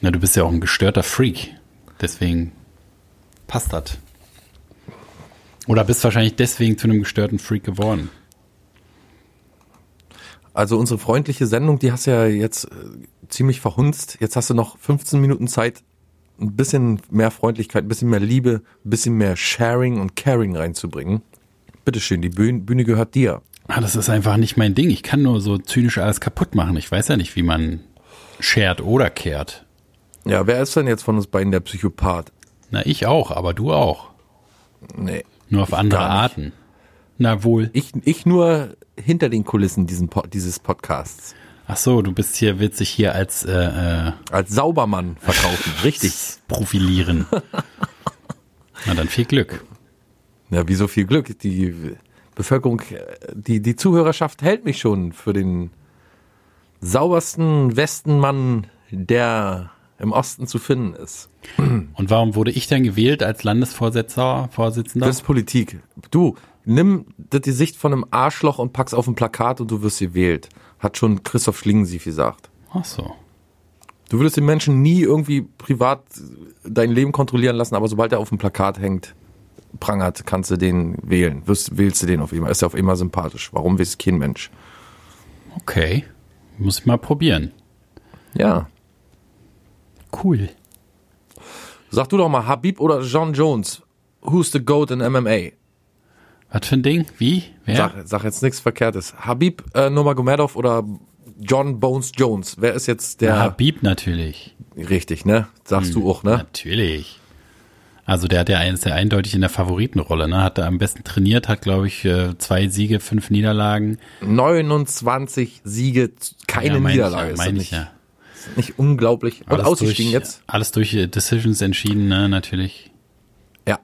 S4: Na, du bist ja auch ein gestörter Freak. Deswegen passt das. Oder bist wahrscheinlich deswegen zu einem gestörten Freak geworden.
S3: Also unsere freundliche Sendung, die hast du ja jetzt äh, ziemlich verhunzt. Jetzt hast du noch 15 Minuten Zeit, ein bisschen mehr Freundlichkeit, ein bisschen mehr Liebe, ein bisschen mehr Sharing und Caring reinzubringen. Bitteschön, die Bühne, Bühne gehört dir.
S4: Ah, das ist einfach nicht mein Ding. Ich kann nur so zynisch alles kaputt machen. Ich weiß ja nicht, wie man schert oder kehrt.
S3: Ja, wer ist denn jetzt von uns beiden der Psychopath?
S4: Na, ich auch, aber du auch.
S3: Nee.
S4: Nur auf andere
S3: gar nicht.
S4: Arten. Na wohl.
S3: Ich, ich nur hinter den Kulissen diesen, Po- dieses Podcasts.
S4: Ach so, du bist hier, willst dich hier als äh, äh,
S3: Als Saubermann verkaufen. Richtig.
S4: profilieren. Na dann viel Glück.
S3: Ja, wie so viel Glück. Die Bevölkerung, äh, die, die Zuhörerschaft hält mich schon für den saubersten Westenmann, der im Osten zu finden ist.
S4: Und warum wurde ich denn gewählt als Landesvorsitzender? Vorsitzender?
S3: Das ist Politik. Du, nimm das die Sicht von einem Arschloch und pack's auf ein Plakat und du wirst gewählt. Hat schon Christoph Schlingensief gesagt.
S4: Ach so.
S3: Du würdest den Menschen nie irgendwie privat dein Leben kontrollieren lassen, aber sobald er auf dem Plakat hängt, prangert, kannst du den wählen. Wirst, wählst du den auf immer. Ist er auf immer sympathisch. Warum weiß kein Mensch?
S4: Okay. Muss ich mal probieren.
S3: Ja.
S4: Cool.
S3: Sag du doch mal, Habib oder John Jones? Who's the GOAT in MMA?
S4: Was für ein Ding? Wie? Wer?
S3: Sag, sag jetzt nichts Verkehrtes. Habib äh, Nurmagomedov oder John Bones Jones? Wer ist jetzt der...
S4: Na, Habib Hm. natürlich.
S3: Richtig, ne? Sagst du auch, ne?
S4: Natürlich. Also der hat ja eins der eindeutig in der Favoritenrolle, ne? Hat er am besten trainiert, hat, glaube ich, äh, zwei Siege, fünf Niederlagen.
S3: 29 Siege, keine
S4: ja, mein
S3: Niederlage.
S4: Ich,
S3: ist
S4: ja,
S3: das
S4: mein ich
S3: nicht,
S4: ja.
S3: nicht unglaublich. Und
S4: Alles
S3: ausgestiegen
S4: durch,
S3: jetzt?
S4: Alles durch äh, Decisions entschieden, ne? Natürlich.
S3: Ja.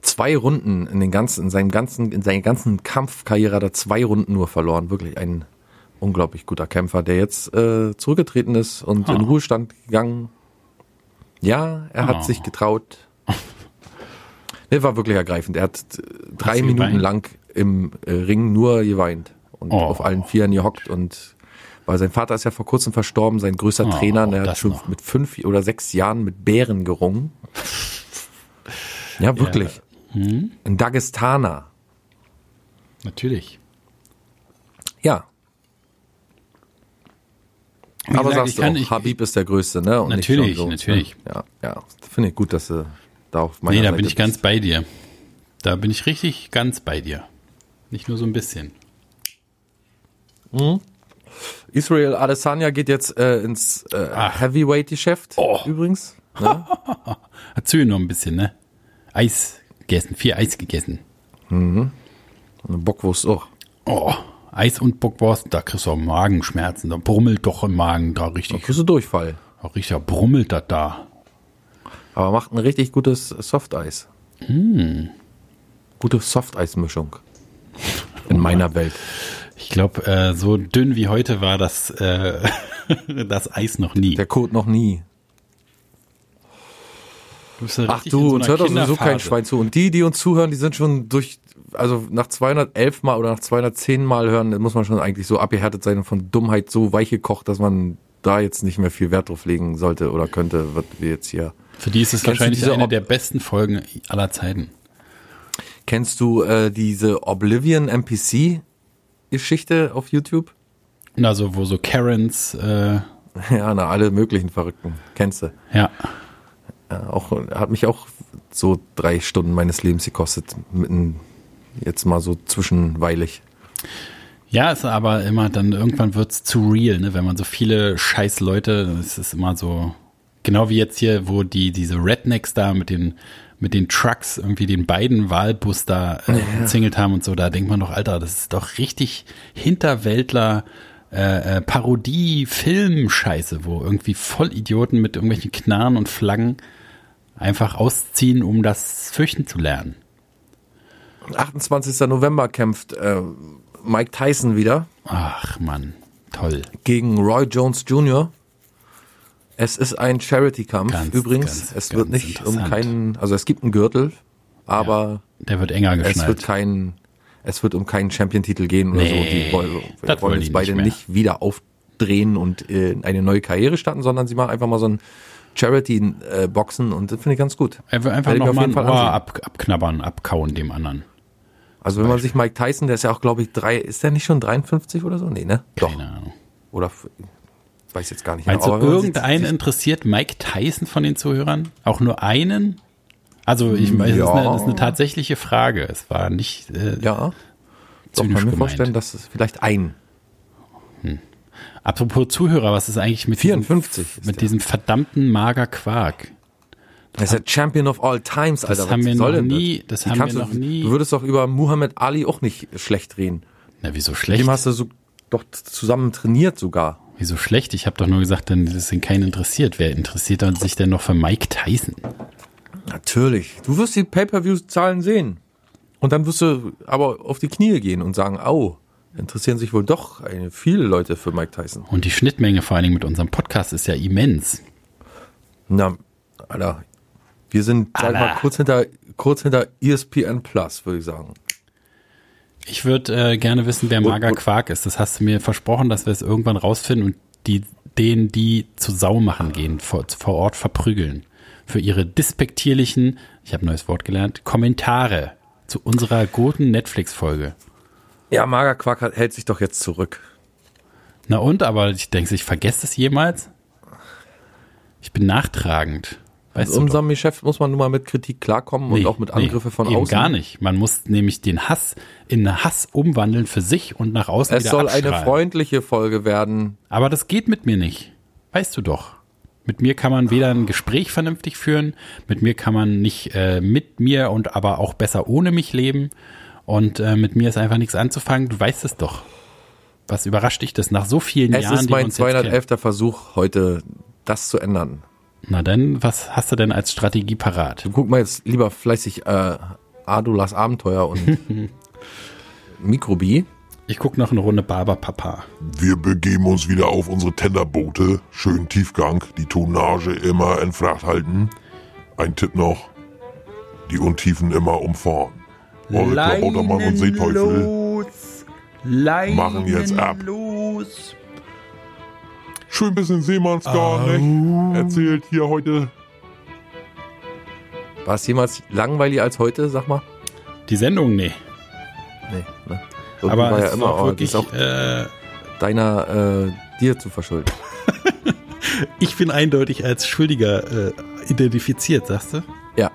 S3: Zwei Runden in den ganzen, in seinem ganzen, in seiner ganzen Kampfkarriere hat er zwei Runden nur verloren. Wirklich ein unglaublich guter Kämpfer, der jetzt äh, zurückgetreten ist und in Ruhestand gegangen. Ja, er
S4: Ah.
S3: hat sich getraut. Nee, war wirklich ergreifend. Er hat äh, drei
S4: sie
S3: Minuten
S4: geweint?
S3: lang im äh, Ring nur geweint und
S4: Oh.
S3: auf allen Vieren gehockt und weil sein Vater ist ja vor kurzem verstorben, sein größter
S4: Oh,
S3: Trainer, der hat
S4: das
S3: schon
S4: noch.
S3: mit fünf oder sechs Jahren mit Bären gerungen. Ja, wirklich.
S4: Hm?
S3: Ein Dagestaner.
S4: Natürlich.
S3: Ja. Aber
S4: gesagt, ich
S3: sagst du
S4: kann-
S3: auch,
S4: ich-
S3: Habib ist der Größte, ne? Und nicht
S4: Natürlich,
S3: John Jones,
S4: natürlich.
S3: Ne? Ja, ja. Finde ich gut, dass du da auf meiner
S4: Nee, da
S3: Seite
S4: bin ich
S3: bist.
S4: ganz bei dir. Da bin ich richtig ganz bei dir. Nicht nur so ein bisschen.
S3: Israel Adesanya geht jetzt äh, ins äh, Heavyweight-Geschäft
S4: Oh.
S3: übrigens. Ne?
S4: Hat Ah, Züge noch ein bisschen, ne? Eis gegessen, viel Eis gegessen.
S3: Und Bockwurst auch.
S4: Oh, Eis und Bockwurst, da kriegst du auch Magenschmerzen. Da brummelt doch im Magen da
S3: Da
S4: richtig.
S3: kriegst du Durchfall.
S4: Auch richtig brummelt das da.
S3: Aber macht ein richtig gutes Softeis. Gute Softeismischung. In meiner Welt.
S4: Ich glaube, äh, so dünn wie heute war das, äh, das Eis noch nie.
S3: Der Code noch nie. Ach du, uns hört doch sowieso kein Schwein zu. Und die, die uns zuhören, die sind schon durch, also nach 211 Mal oder nach 210 Mal hören, dann muss man schon eigentlich so abgehärtet sein und von Dummheit so weich gekocht, dass man da jetzt nicht mehr viel Wert drauf legen sollte oder könnte, was wir jetzt hier.
S4: Für die ist es
S3: Kennst du
S4: wahrscheinlich
S3: diese
S4: eine
S3: Ob-
S4: der besten Folgen aller Zeiten.
S3: Kennst du äh, diese Oblivion NPC Geschichte auf YouTube?
S4: Na, so, Also, wo so Karens, äh,
S3: Ja, na, alle möglichen Verrückten. Kennst du?
S4: ja.
S3: Ja, auch, hat mich auch so drei Stunden meines Lebens gekostet. Mitten, jetzt mal so zwischenweilig.
S4: Ja, ist aber immer dann irgendwann wird's zu real, ne? Wenn man so viele scheiß Leute, es ist immer so genau wie jetzt hier, wo die diese Rednecks da mit den mit den Trucks irgendwie den beiden Wahlbus da äh, umzingelt haben und so, da denkt man doch, Alter, das ist doch richtig Hinterwäldler äh, äh, Parodie Filmscheiße, wo irgendwie Vollidioten mit irgendwelchen Knarren und Flaggen einfach ausziehen, um das fürchten zu lernen.
S3: 28. November kämpft äh, Mike Tyson wieder
S4: Ach Mann, toll.
S3: gegen Roy Jones Jr. Es ist ein Charity-Kampf
S4: Ganz,
S3: übrigens.
S4: ganz,
S3: es
S4: ganz
S3: wird nicht um
S4: interessant.
S3: keinen, also es gibt einen Gürtel, aber
S4: Der wird enger geschnallt.
S3: es wird kein, es wird um keinen Champion-Titel gehen oder so.
S4: Nee,
S3: Die wollen,
S4: das
S3: wir
S4: wollen
S3: wollen
S4: die
S3: jetzt beide
S4: nicht mehr.
S3: nicht wieder aufdrehen und äh, in eine neue Karriere starten, sondern sie machen einfach mal so ein Charity-Boxen und das finde ich ganz gut.
S4: Einfach, einfach
S3: Werde ich mir auf
S4: nochmal ein
S3: jeden
S4: Ohr
S3: Fall ansehen.
S4: ab, abknabbern, abkauen dem anderen.
S3: Also wenn man sich Mike Tyson, der ist ja auch, glaube ich, drei, ist der nicht schon 53 oder so? Nee, ne? Doch.
S4: Keine Ahnung.
S3: Oder f- weiß jetzt gar nicht. genau,
S4: Meinst du,
S3: Aber wenn man sieht-
S4: irgendeinen interessiert Mike Tyson von den Zuhörern? Auch nur einen? Also, ich weiß, das, ist eine,
S3: Ja.
S4: das ist eine tatsächliche Frage. Es war nicht. Äh,
S3: Ja. Doch, kann
S4: Zynisch
S3: ich mir
S4: gemeint.
S3: vorstellen, dass es vielleicht ein.
S4: Apropos Zuhörer, was ist eigentlich mit,
S3: 54
S4: diesem,
S3: ist
S4: mit
S3: der.
S4: diesem verdammten mager Quark?
S3: Er ist der Champion of all times, Alter.
S4: haben
S3: was
S4: wir
S3: soll
S4: noch
S3: denn
S4: nie- das
S3: Wie
S4: haben
S3: kannst
S4: wir
S3: du,
S4: noch nie-
S3: Du würdest doch über Muhammad Ali auch nicht schlecht reden.
S4: Na, wieso schlecht?
S3: Dem hast du so, doch zusammen trainiert sogar.
S4: Wieso schlecht? Ich habe doch nur gesagt, dann ist denn keinen interessiert. Wer interessiert dann sich denn noch für Mike Tyson?
S3: Natürlich. Du wirst die Pay-Per-View-Zahlen sehen. Und dann wirst du aber auf die Knie gehen und sagen, au, interessieren sich wohl doch eine, viele Leute für Mike Tyson.
S4: Und die Schnittmenge vor allen Dingen mit unserem Podcast ist ja immens.
S3: Na, Alter, wir sind, sag
S4: Alter.
S3: mal, kurz hinter, kurz hinter E ESPN Plus, würde ich sagen.
S4: Ich würde äh, gerne wissen, wer Mager Quark ist. Das hast du mir versprochen, dass wir es irgendwann rausfinden und die, den, die zu Sau machen gehen, vor, vor Ort verprügeln. Für ihre despektierlichen, ich habe ein neues Wort gelernt, Kommentare zu unserer guten Netflix-Folge.
S3: Ja, Magerquark hat- hält sich doch jetzt zurück.
S4: Na und, aber ich denke, ich vergesse das jemals? Ich bin nachtragend.
S3: In
S4: Weißt du doch.
S3: unserem Geschäft muss man nun mal mit Kritik klarkommen Also und
S4: Nee,
S3: auch mit
S4: nee,
S3: Angriffe von
S4: eben
S3: außen.
S4: Gar nicht. Man muss nämlich den Hass in Hass umwandeln für sich und nach außen
S3: Es
S4: wieder
S3: soll
S4: abstrahlen.
S3: eine freundliche Folge werden.
S4: Aber das geht mit mir nicht. Weißt du doch. Mit mir kann man weder ein Gespräch vernünftig führen, mit mir kann man nicht äh, mit mir und aber auch besser ohne mich leben. Und äh, mit mir ist einfach nichts anzufangen. Du weißt es doch. Was überrascht dich das nach so vielen
S3: Es
S4: Jahren?
S3: ist
S4: die wir
S3: mein
S4: uns jetzt kennen?
S3: 211. Versuch heute, das zu ändern.
S4: Na dann, was hast du denn als Strategie parat?
S3: Du guck mal jetzt lieber fleißig äh, Adulas Abenteuer und Mikrobi.
S4: Ich guck noch eine Runde Barberpapa.
S1: Wir begeben uns wieder auf unsere Tenderboote. Schön Tiefgang, die Tonnage immer in Fracht halten. Ein Tipp noch. Die Untiefen immer umfahren. Eure Klabautermann und Seeteufel machen jetzt ab. Schön bisschen Seemannsgarn, nicht? Erzählt hier heute
S3: War es jemals langweiliger als heute, sag mal?
S4: Die Sendung, nee.
S3: Nee, ne? Irgendwie
S4: Aber
S3: war
S4: es
S3: ja immer,
S4: war
S3: aber das
S4: wirklich,
S3: ist auch
S4: äh,
S3: deiner, äh, dir zu verschulden.
S4: ich bin eindeutig als Schuldiger äh, identifiziert, sagst du?
S3: Ja.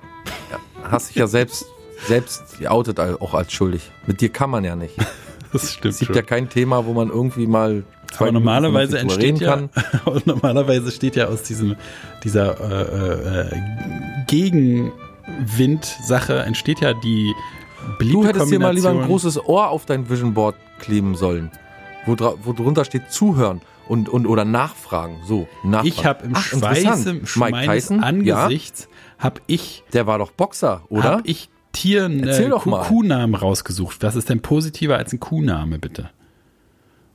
S3: ja. Hast dich ja selbst, selbst geoutet al- auch als schuldig. Mit dir kann man ja nicht.
S4: Das stimmt
S3: Es gibt
S4: schon.
S3: ja kein Thema, wo man irgendwie mal zwei
S4: aber
S3: Minuten
S4: normalerweise
S3: vernünftig drüber
S4: entsteht ja,
S3: reden
S4: und normalerweise steht ja aus diesem, dieser äh, äh, äh, Gegenwind-Sache entsteht ja die beliebte
S3: Du hättest dir mal lieber ein
S4: Kombination-
S3: großes Ohr auf dein Vision Board kleben sollen, wo, dra- wo drunter steht Zuhören und, und oder Nachfragen. So, nachfragen.
S4: Ich habe im
S3: Ach,
S4: Schweiß im
S3: interessant. Mike
S4: meines
S3: Tyson, ja,
S4: Angesichts habe ich
S3: der war doch Boxer, oder?
S4: Hab ich Tieren
S3: Erzähl
S4: äh,
S3: doch
S4: Kuh-
S3: mal.
S4: Kuhnamen rausgesucht. Was ist denn positiver als ein Kuhname, bitte?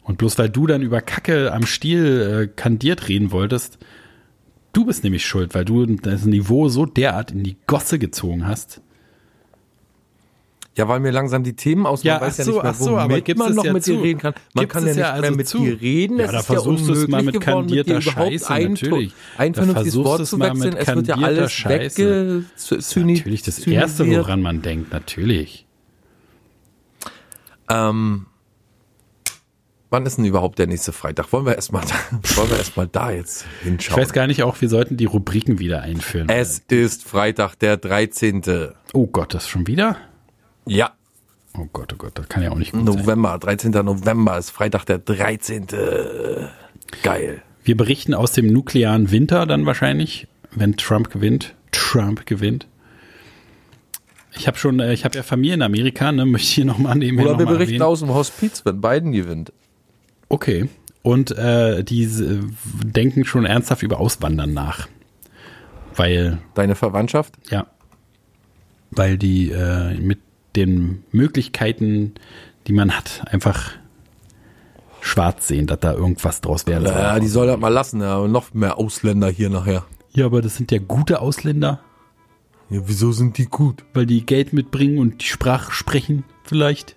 S4: Und bloß weil du dann über Kacke am Stiel äh, kandiert reden wolltest, du bist nämlich schuld, weil du das Niveau so derart in die Gosse gezogen hast.
S3: Ja, weil mir langsam die Themen aus,
S4: Ja,
S3: man weiß
S4: ach so,
S3: ja
S4: ach
S3: nicht
S4: so,
S3: mehr,
S4: aber
S3: womit
S4: gibst
S3: man
S4: es
S3: noch
S4: ja
S3: mit dir
S4: zu.
S3: reden kann. Man
S4: Gibst
S3: kann ja
S4: es
S3: nicht
S4: ja
S3: mehr
S4: also
S3: mit
S4: zu.
S3: dir reden.
S4: Ja,
S3: es
S4: da
S3: ist
S4: versuchst du es
S3: unmöglich
S4: mal mit
S3: geworden, mit dir
S4: kandierter
S3: überhaupt
S4: Scheiße,
S3: ein,
S4: natürlich.
S3: ein
S4: Da
S3: vernünftiges
S4: versuchst du
S3: Wort
S4: es
S3: zu
S4: mal mit
S3: wechseln. Es wird ja
S4: kandierter
S3: alles
S4: Scheiße.
S3: wegge...
S4: Natürlich das Erste, woran man denkt, natürlich.
S3: Ähm, wann ist denn überhaupt der nächste Freitag? Wollen wir erstmal da, wollen wir erstmal da jetzt
S4: Ich
S3: hinschauen?
S4: weiß gar nicht auch, wir sollten die Rubriken wieder einführen.
S3: es ist Freitag, der 13.
S4: oh Gott, das schon wieder?
S3: Ja,
S4: Oh Gott, oh Gott, das kann ja auch nicht gut sein.
S3: November, 13. November ist Freitag, der 13. Geil.
S4: Wir berichten aus dem nuklearen Winter dann wahrscheinlich, wenn Trump gewinnt. Trump gewinnt. Ich habe schon, äh, ich habe ja Familie in Amerika, ne, möchte ich hier nochmal annehmen.
S3: Oder wir berichten
S4: erwähnen.
S3: aus dem Hospiz, wenn Biden gewinnt.
S4: Okay. Und äh, die äh, denken schon ernsthaft über Auswandern nach. Weil,
S3: Deine Verwandtschaft?
S4: ja, weil die äh, mit den Möglichkeiten, die man hat, einfach schwarz sehen, dass da irgendwas draus werden soll.
S3: Ja, die soll das mal lassen, ja, aber noch mehr Ausländer hier nachher.
S4: Ja, aber das sind ja gute Ausländer.
S3: Ja, wieso sind die gut?
S4: weil die Geld mitbringen und die Sprache sprechen vielleicht.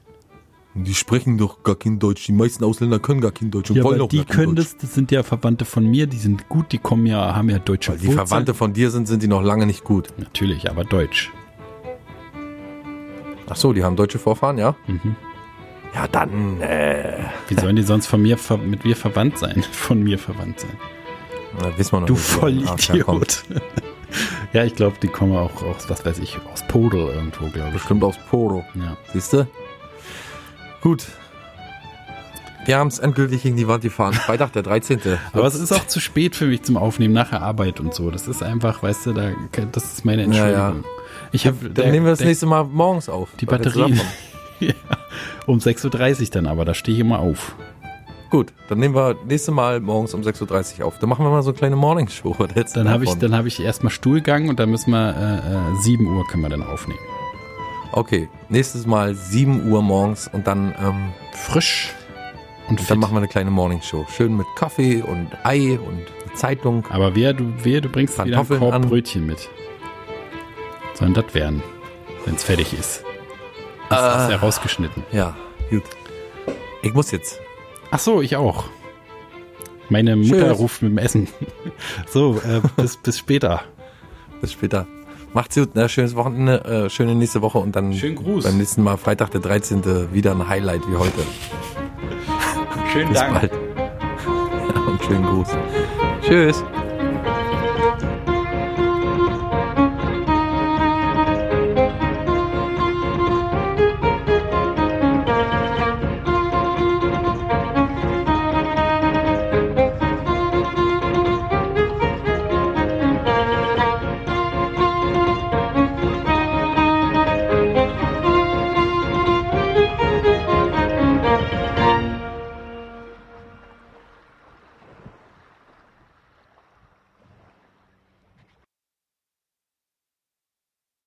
S3: Die sprechen doch gar kein Deutsch. Die meisten Ausländer können gar kein Deutsch und
S4: Ja,
S3: wollen
S4: aber
S3: auch
S4: die
S3: gar kein
S4: können
S3: Deutsch.
S4: das, das sind ja Verwandte von mir, die sind gut, die kommen ja, haben ja deutsche
S3: Die Verwandte von dir sind, sind die noch lange nicht gut.
S4: Natürlich, aber deutsch.
S3: Ach so, die haben deutsche Vorfahren, ja?
S4: Mhm.
S3: Ja, dann, äh,
S4: Wie sollen die sonst von mir ver mit mir verwandt sein? Von mir verwandt sein.
S3: na, wissen wir noch
S4: Du
S3: nicht, wo die Ah, Afrika kommt.
S4: Vollidiot. ja, ich glaube, die kommen auch aus, was weiß ich, aus Podel irgendwo, glaube ich.
S3: Bestimmt aus Poro.
S4: Ja.
S3: Siehst du? Gut. Wir haben es endgültig gegen die Wand gefahren. Freitag, der 13.
S4: Aber es ist auch zu spät für mich zum Aufnehmen nach der Arbeit und so. Das ist einfach, weißt du, da, das ist meine Entschuldigung.
S3: Ja, ja.
S4: Ich hab,
S3: Dann nehmen wir das nächste Mal morgens auf.
S4: Die
S3: weil wir
S4: Batterien.
S3: zusammenkommen.
S4: ja. Um 6.30 Uhr dann aber, da stehe ich immer auf.
S3: Gut, dann nehmen wir nächste Mal morgens um 6.30 Uhr auf. Dann machen wir mal so eine kleine Morningshow.
S4: Dann habe ich, dann habe ich erstmal Stuhlgang und dann müssen wir äh, äh, 7 Uhr können wir dann aufnehmen.
S3: Okay, nächstes Mal 7 Uhr morgens und dann, ähm,
S4: Frisch und
S3: dann
S4: fit.
S3: machen wir eine kleine Morningshow. Schön mit Kaffee und Ei und Zeitung.
S4: Aber wer du, wer, du bringst wieder einen
S3: Pantoffeln
S4: Korb
S3: an.
S4: Brötchen mit. Sollen das werden, wenn es fertig ist. Das
S3: Ah.
S4: hast du ja rausgeschnitten.
S3: Ja, gut. Ich muss jetzt.
S4: Ach so, ich auch. Meine Mutter
S3: Tschüss.
S4: ruft mit dem Essen. So, äh, bis, bis später.
S3: Bis später. Macht's gut, ne? schönes Wochenende, äh, schöne nächste Woche und dann
S4: Schönen Gruß.
S3: beim nächsten Mal Freitag der 13. wieder ein Highlight wie heute.
S4: Schönen
S3: Bis bald. Ja, und schönen Gruß. Tschüss.